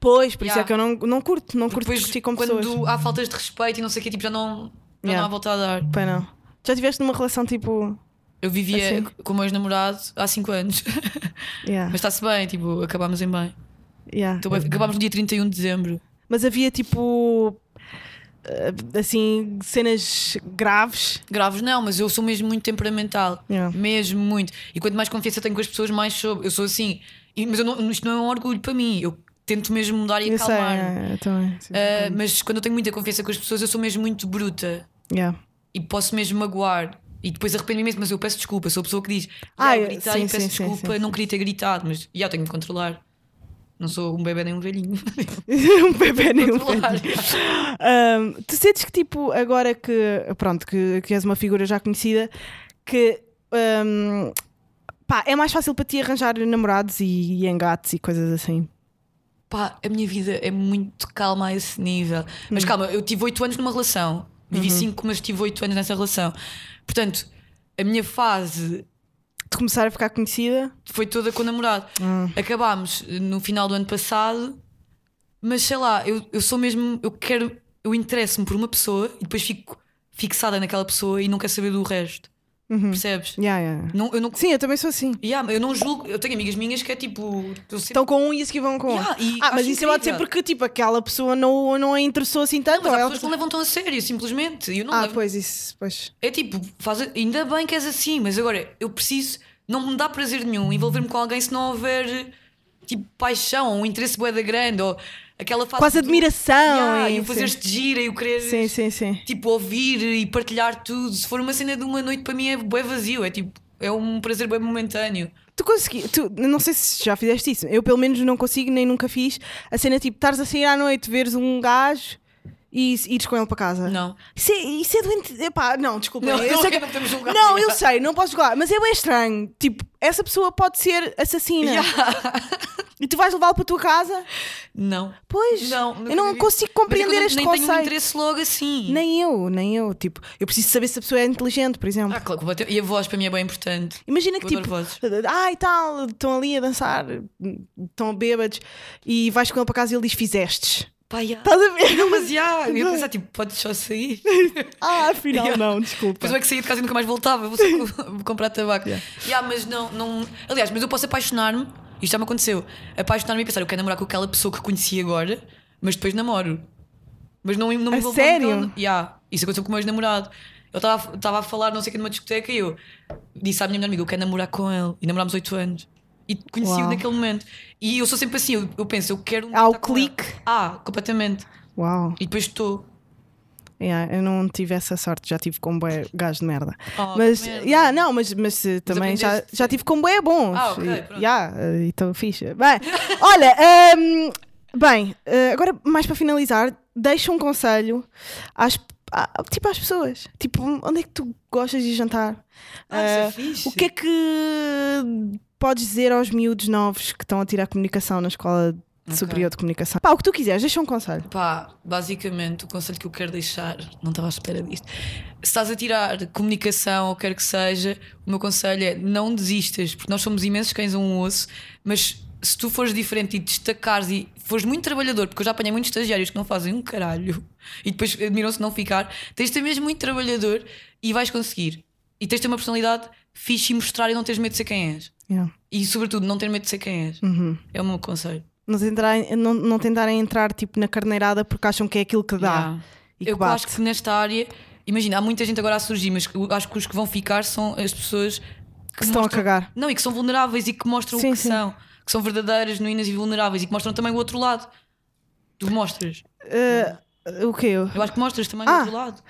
Speaker 2: Pois, por isso
Speaker 3: Yeah.
Speaker 2: é que eu não, não curto, não curto
Speaker 3: Depois,
Speaker 2: discutir com
Speaker 3: quando
Speaker 2: pessoas.
Speaker 3: há faltas de respeito e não sei o quê, tipo, já não, já
Speaker 2: Yeah.
Speaker 3: não há volta a dar.
Speaker 2: Pá, não. Já estiveste numa relação tipo.
Speaker 3: Eu vivia
Speaker 2: Assim.
Speaker 3: com o meu ex-namorado há 5 anos.
Speaker 2: Yeah,
Speaker 3: Mas está-se bem, tipo, acabámos em bem.
Speaker 2: yeah.
Speaker 3: Então, acabámos no dia 31 de dezembro.
Speaker 2: Mas havia tipo. eh, Assim, cenas graves.
Speaker 3: Graves não, mas eu sou mesmo muito temperamental.
Speaker 2: Yeah.
Speaker 3: Mesmo muito. E quanto mais confiança tenho com as pessoas, mais sou. Eu sou assim. E- mas eu não- isto não é um orgulho para mim. Eu tento mesmo mudar e
Speaker 2: Eu sei,
Speaker 3: acalmar.
Speaker 2: é, eu também. sim.
Speaker 3: Ah, mas quando eu tenho muita confiança com as pessoas, eu sou mesmo muito bruta.
Speaker 2: Yeah.
Speaker 3: e posso mesmo magoar. E depois arrependo-me imenso, mas eu peço desculpa. Eu sou a pessoa que diz:
Speaker 2: Ah,
Speaker 3: ah,
Speaker 2: eu-
Speaker 3: eu gritei,
Speaker 2: sim,
Speaker 3: peço
Speaker 2: sim, sim,
Speaker 3: desculpa,
Speaker 2: sim,
Speaker 3: não queria ter gritado, mas já tenho de me controlar. Não sou um bebê nem um velhinho.
Speaker 2: um bebê nem um
Speaker 3: Controlar.
Speaker 2: bebê. Ahm, tu sentes que tipo, agora que pronto, que, que és uma figura já conhecida, que ahm, pá, é mais fácil para ti arranjar namorados e, e engates e coisas assim.
Speaker 3: Pá, a minha vida é muito calma a esse nível. Mas
Speaker 2: Hum.
Speaker 3: calma, eu tive 8 anos numa relação. Vivi
Speaker 2: Uhum.
Speaker 3: 5, mas tive 8 anos nessa relação. Portanto, a minha fase
Speaker 2: De começar a ficar conhecida,
Speaker 3: foi toda com o namorado.
Speaker 2: Hum.
Speaker 3: Acabámos no final do ano passado, mas sei lá, eu, eu sou mesmo, eu quero, eu interesso-me por uma pessoa e depois fico fixada naquela pessoa e não quero saber do resto.
Speaker 2: Uhum.
Speaker 3: Percebes?
Speaker 2: yeah, yeah.
Speaker 3: Não, eu não.
Speaker 2: sim, eu também sou assim.
Speaker 3: Yeah, eu não julgo, eu tenho amigas minhas que é tipo. eu sempre-
Speaker 2: Estão com um e a seguir vão com
Speaker 3: Yeah,
Speaker 2: outro.
Speaker 3: e
Speaker 2: Ah, mas
Speaker 3: acho
Speaker 2: isso eu há de ser
Speaker 3: incrível.
Speaker 2: porque tipo, aquela pessoa não, não a interessou assim tanto.
Speaker 3: mas
Speaker 2: ou
Speaker 3: há
Speaker 2: ela-
Speaker 3: pessoas que não levam tão a sério, simplesmente. Eu não
Speaker 2: Ah,
Speaker 3: levo-
Speaker 2: pois isso, pois.
Speaker 3: É tipo, faz, ainda bem que és assim, mas agora eu preciso, não me dá prazer nenhum envolver-me com alguém se não houver tipo paixão, ou um interesse bué da grande, ou aquela fase
Speaker 2: Quase
Speaker 3: do-
Speaker 2: admiração,
Speaker 3: Yeah,
Speaker 2: é,
Speaker 3: e o
Speaker 2: sim.
Speaker 3: fazer-te gira e o querer
Speaker 2: Sim, sim, sim.
Speaker 3: tipo ouvir e partilhar tudo. Se for uma cena de uma noite para mim é bué vazio, é tipo, é um prazer bem momentâneo.
Speaker 2: Tu consegui, tu, não sei se já fizeste isso, eu pelo menos não consigo, nem nunca fiz. A cena tipo, estares a sair à noite, veres um gajo e s- ires com ele para casa.
Speaker 3: Não.
Speaker 2: Isso é, isso é doente. Epá, não, desculpa.
Speaker 3: Não,
Speaker 2: eu
Speaker 3: não, é,
Speaker 2: sei que-
Speaker 3: não podemos julgar.
Speaker 2: Não, eu sei, não posso jogar, mas é bem estranho. Tipo, essa pessoa pode ser assassina. E tu vais levá-lo para a tua casa?
Speaker 3: Não. é
Speaker 2: Pois,
Speaker 3: Não,
Speaker 2: eu não
Speaker 3: nunca vi.
Speaker 2: consigo
Speaker 3: Mas é que
Speaker 2: compreender
Speaker 3: eu nem-
Speaker 2: este
Speaker 3: nem
Speaker 2: conceito.
Speaker 3: tenho um interesse logo assim.
Speaker 2: Nem eu, nem eu. Tipo, eu preciso saber se a pessoa é inteligente, por exemplo.
Speaker 3: Ah, claro, completamente. e a voz para mim é bem importante.
Speaker 2: Imagina que
Speaker 3: Eu adoro
Speaker 2: tipo,
Speaker 3: vozes.
Speaker 2: ai tal, estão ali a dançar, estão bêbados e vais com ele para casa e ele diz: Fizestes.
Speaker 3: Pá, yeah.
Speaker 2: Estás a ver?
Speaker 3: Não, mas yeah, eu ia pensar, tipo, podes só sair.
Speaker 2: Ah, afinal não, desculpa.
Speaker 3: Depois eu é que saí de casa e nunca mais voltava. Vou, só co- vou comprar tabaco. Yeah. mas não, não. Aliás, mas eu posso apaixonar-me, isto já me aconteceu, apaixonar-me e pensar, eu quero namorar com aquela pessoa que conheci agora, mas depois namoro. Mas não, não me
Speaker 2: A
Speaker 3: envolvo
Speaker 2: sério?
Speaker 3: muito com- Yeah, isso aconteceu com o meu ex-namorado. Eu estava estava a falar, não sei o que, numa discoteca e eu disse à minha melhor amiga, eu quero namorar com ele. E namorámos oito anos. E conheci-o
Speaker 2: Uau.
Speaker 3: naquele momento. E eu sou sempre assim, eu, eu penso, eu quero. um
Speaker 2: Há o
Speaker 3: estar com ele.
Speaker 2: clique.
Speaker 3: Ah, completamente.
Speaker 2: Uau,
Speaker 3: E depois estou.
Speaker 2: yeah, eu não tive essa sorte, já tive com bué gajo de merda.
Speaker 3: Oh,
Speaker 2: mas,
Speaker 3: que merda.
Speaker 2: yeah, não, mas, mas eh, também já,
Speaker 3: aprendeste,
Speaker 2: já tive com bué bons.
Speaker 3: Ah, ok,
Speaker 2: E-
Speaker 3: pronto.
Speaker 2: yeah, eh, então fixe. Bem, olha, ehm, bem, eh, agora mais para finalizar, deixa um conselho às, à- tipo às pessoas. Tipo, onde é que tu gostas de jantar?
Speaker 3: Ah, isso é
Speaker 2: Eh,
Speaker 3: fixe.
Speaker 2: O que é que podes dizer aos miúdos novos que estão a tirar comunicação na escola de
Speaker 3: Ok.
Speaker 2: superior de comunicação? Pá, o que tu quiseres, deixa um conselho.
Speaker 3: Pá, basicamente o conselho que eu quero deixar, não estava à espera disto. Se estás a tirar comunicação ou quer que seja, o meu conselho é não desistas, porque nós somos imensos cães a um osso, mas se tu fores diferente e destacares e fores muito trabalhador, porque eu já apanhei muitos estagiários que não fazem um caralho e depois admiram-se não ficar, tens de ser mesmo muito trabalhador e vais conseguir. E tens de ter uma personalidade fixe e mostrar e não teres medo de ser quem és.
Speaker 2: Yeah.
Speaker 3: E sobretudo, não ter medo de ser quem és. É o meu conselho.
Speaker 2: Não, tentarem, não, não tentarem entrar tipo na carneirada porque acham que é aquilo que dá.
Speaker 3: Yeah.
Speaker 2: E que
Speaker 3: eu
Speaker 2: bate.
Speaker 3: acho que nesta área, imagina, há muita gente agora a surgir, mas eu acho que os que vão ficar são as pessoas
Speaker 2: Que se estão a
Speaker 3: mostram-
Speaker 2: cagar.
Speaker 3: Não, e que são vulneráveis e que mostram
Speaker 2: Sim,
Speaker 3: o que
Speaker 2: sim.
Speaker 3: são, que são verdadeiras, genuínas e vulneráveis e que mostram também o outro lado. Tu mostras.
Speaker 2: Eh, o que eu?
Speaker 3: Eu acho que mostras também
Speaker 2: Ah.
Speaker 3: o outro lado.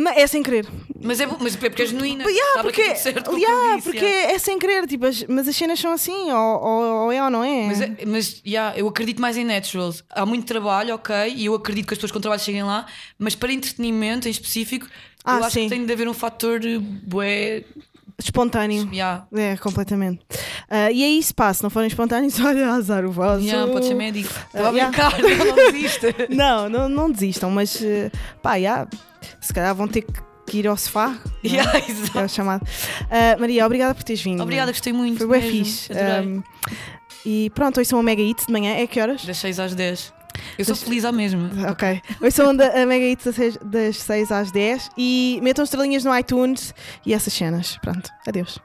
Speaker 2: Mas é sem querer.
Speaker 3: Mas é, bo- mas é porque é genuína.
Speaker 2: Mas, yeah,
Speaker 3: Sabe
Speaker 2: porque,
Speaker 3: que é tudo certo com o que
Speaker 2: yeah,
Speaker 3: disse,
Speaker 2: porque
Speaker 3: yeah.
Speaker 2: é sem querer, tipo, as- mas as cenas são assim, ou, ou- ou é ou não é.
Speaker 3: Mas, é- mas yeah, eu acredito mais em naturals. Há muito trabalho, ok, e eu acredito que as pessoas com trabalho cheguem lá, mas para entretenimento em específico,
Speaker 2: Ah,
Speaker 3: eu acho
Speaker 2: sim.
Speaker 3: que tem de haver um fator eh, bué.
Speaker 2: Espontâneo.
Speaker 3: Yeah.
Speaker 2: É, completamente. Ah, e é isso, pá, se não forem espontâneos, olha, azar o vosso.
Speaker 3: Yeah, pode ser médico. Estava a
Speaker 2: yeah.
Speaker 3: brincar, não desiste.
Speaker 2: Eh, Não, não, não desistam, mas eh, pá, já, se calhar vão ter que- que ir ao sofá. não é?
Speaker 3: Yeah,
Speaker 2: É
Speaker 3: exato.
Speaker 2: o chamado. Ah, Maria, obrigada por teres vindo.
Speaker 3: Obrigada, gostei muito.
Speaker 2: Foi bem
Speaker 3: mesmo.
Speaker 2: fixe.
Speaker 3: Adorei.
Speaker 2: Um, e pronto, hoje são a Mega Hit de manhã, é que horas?
Speaker 3: Das 6 às 10. Eu sou feliz à mesma.
Speaker 2: Ok. Hoje são a Mega Hit das seis- das 6 às 10 e metam estrelinhas no iTunes e essas cenas. Pronto, adeus.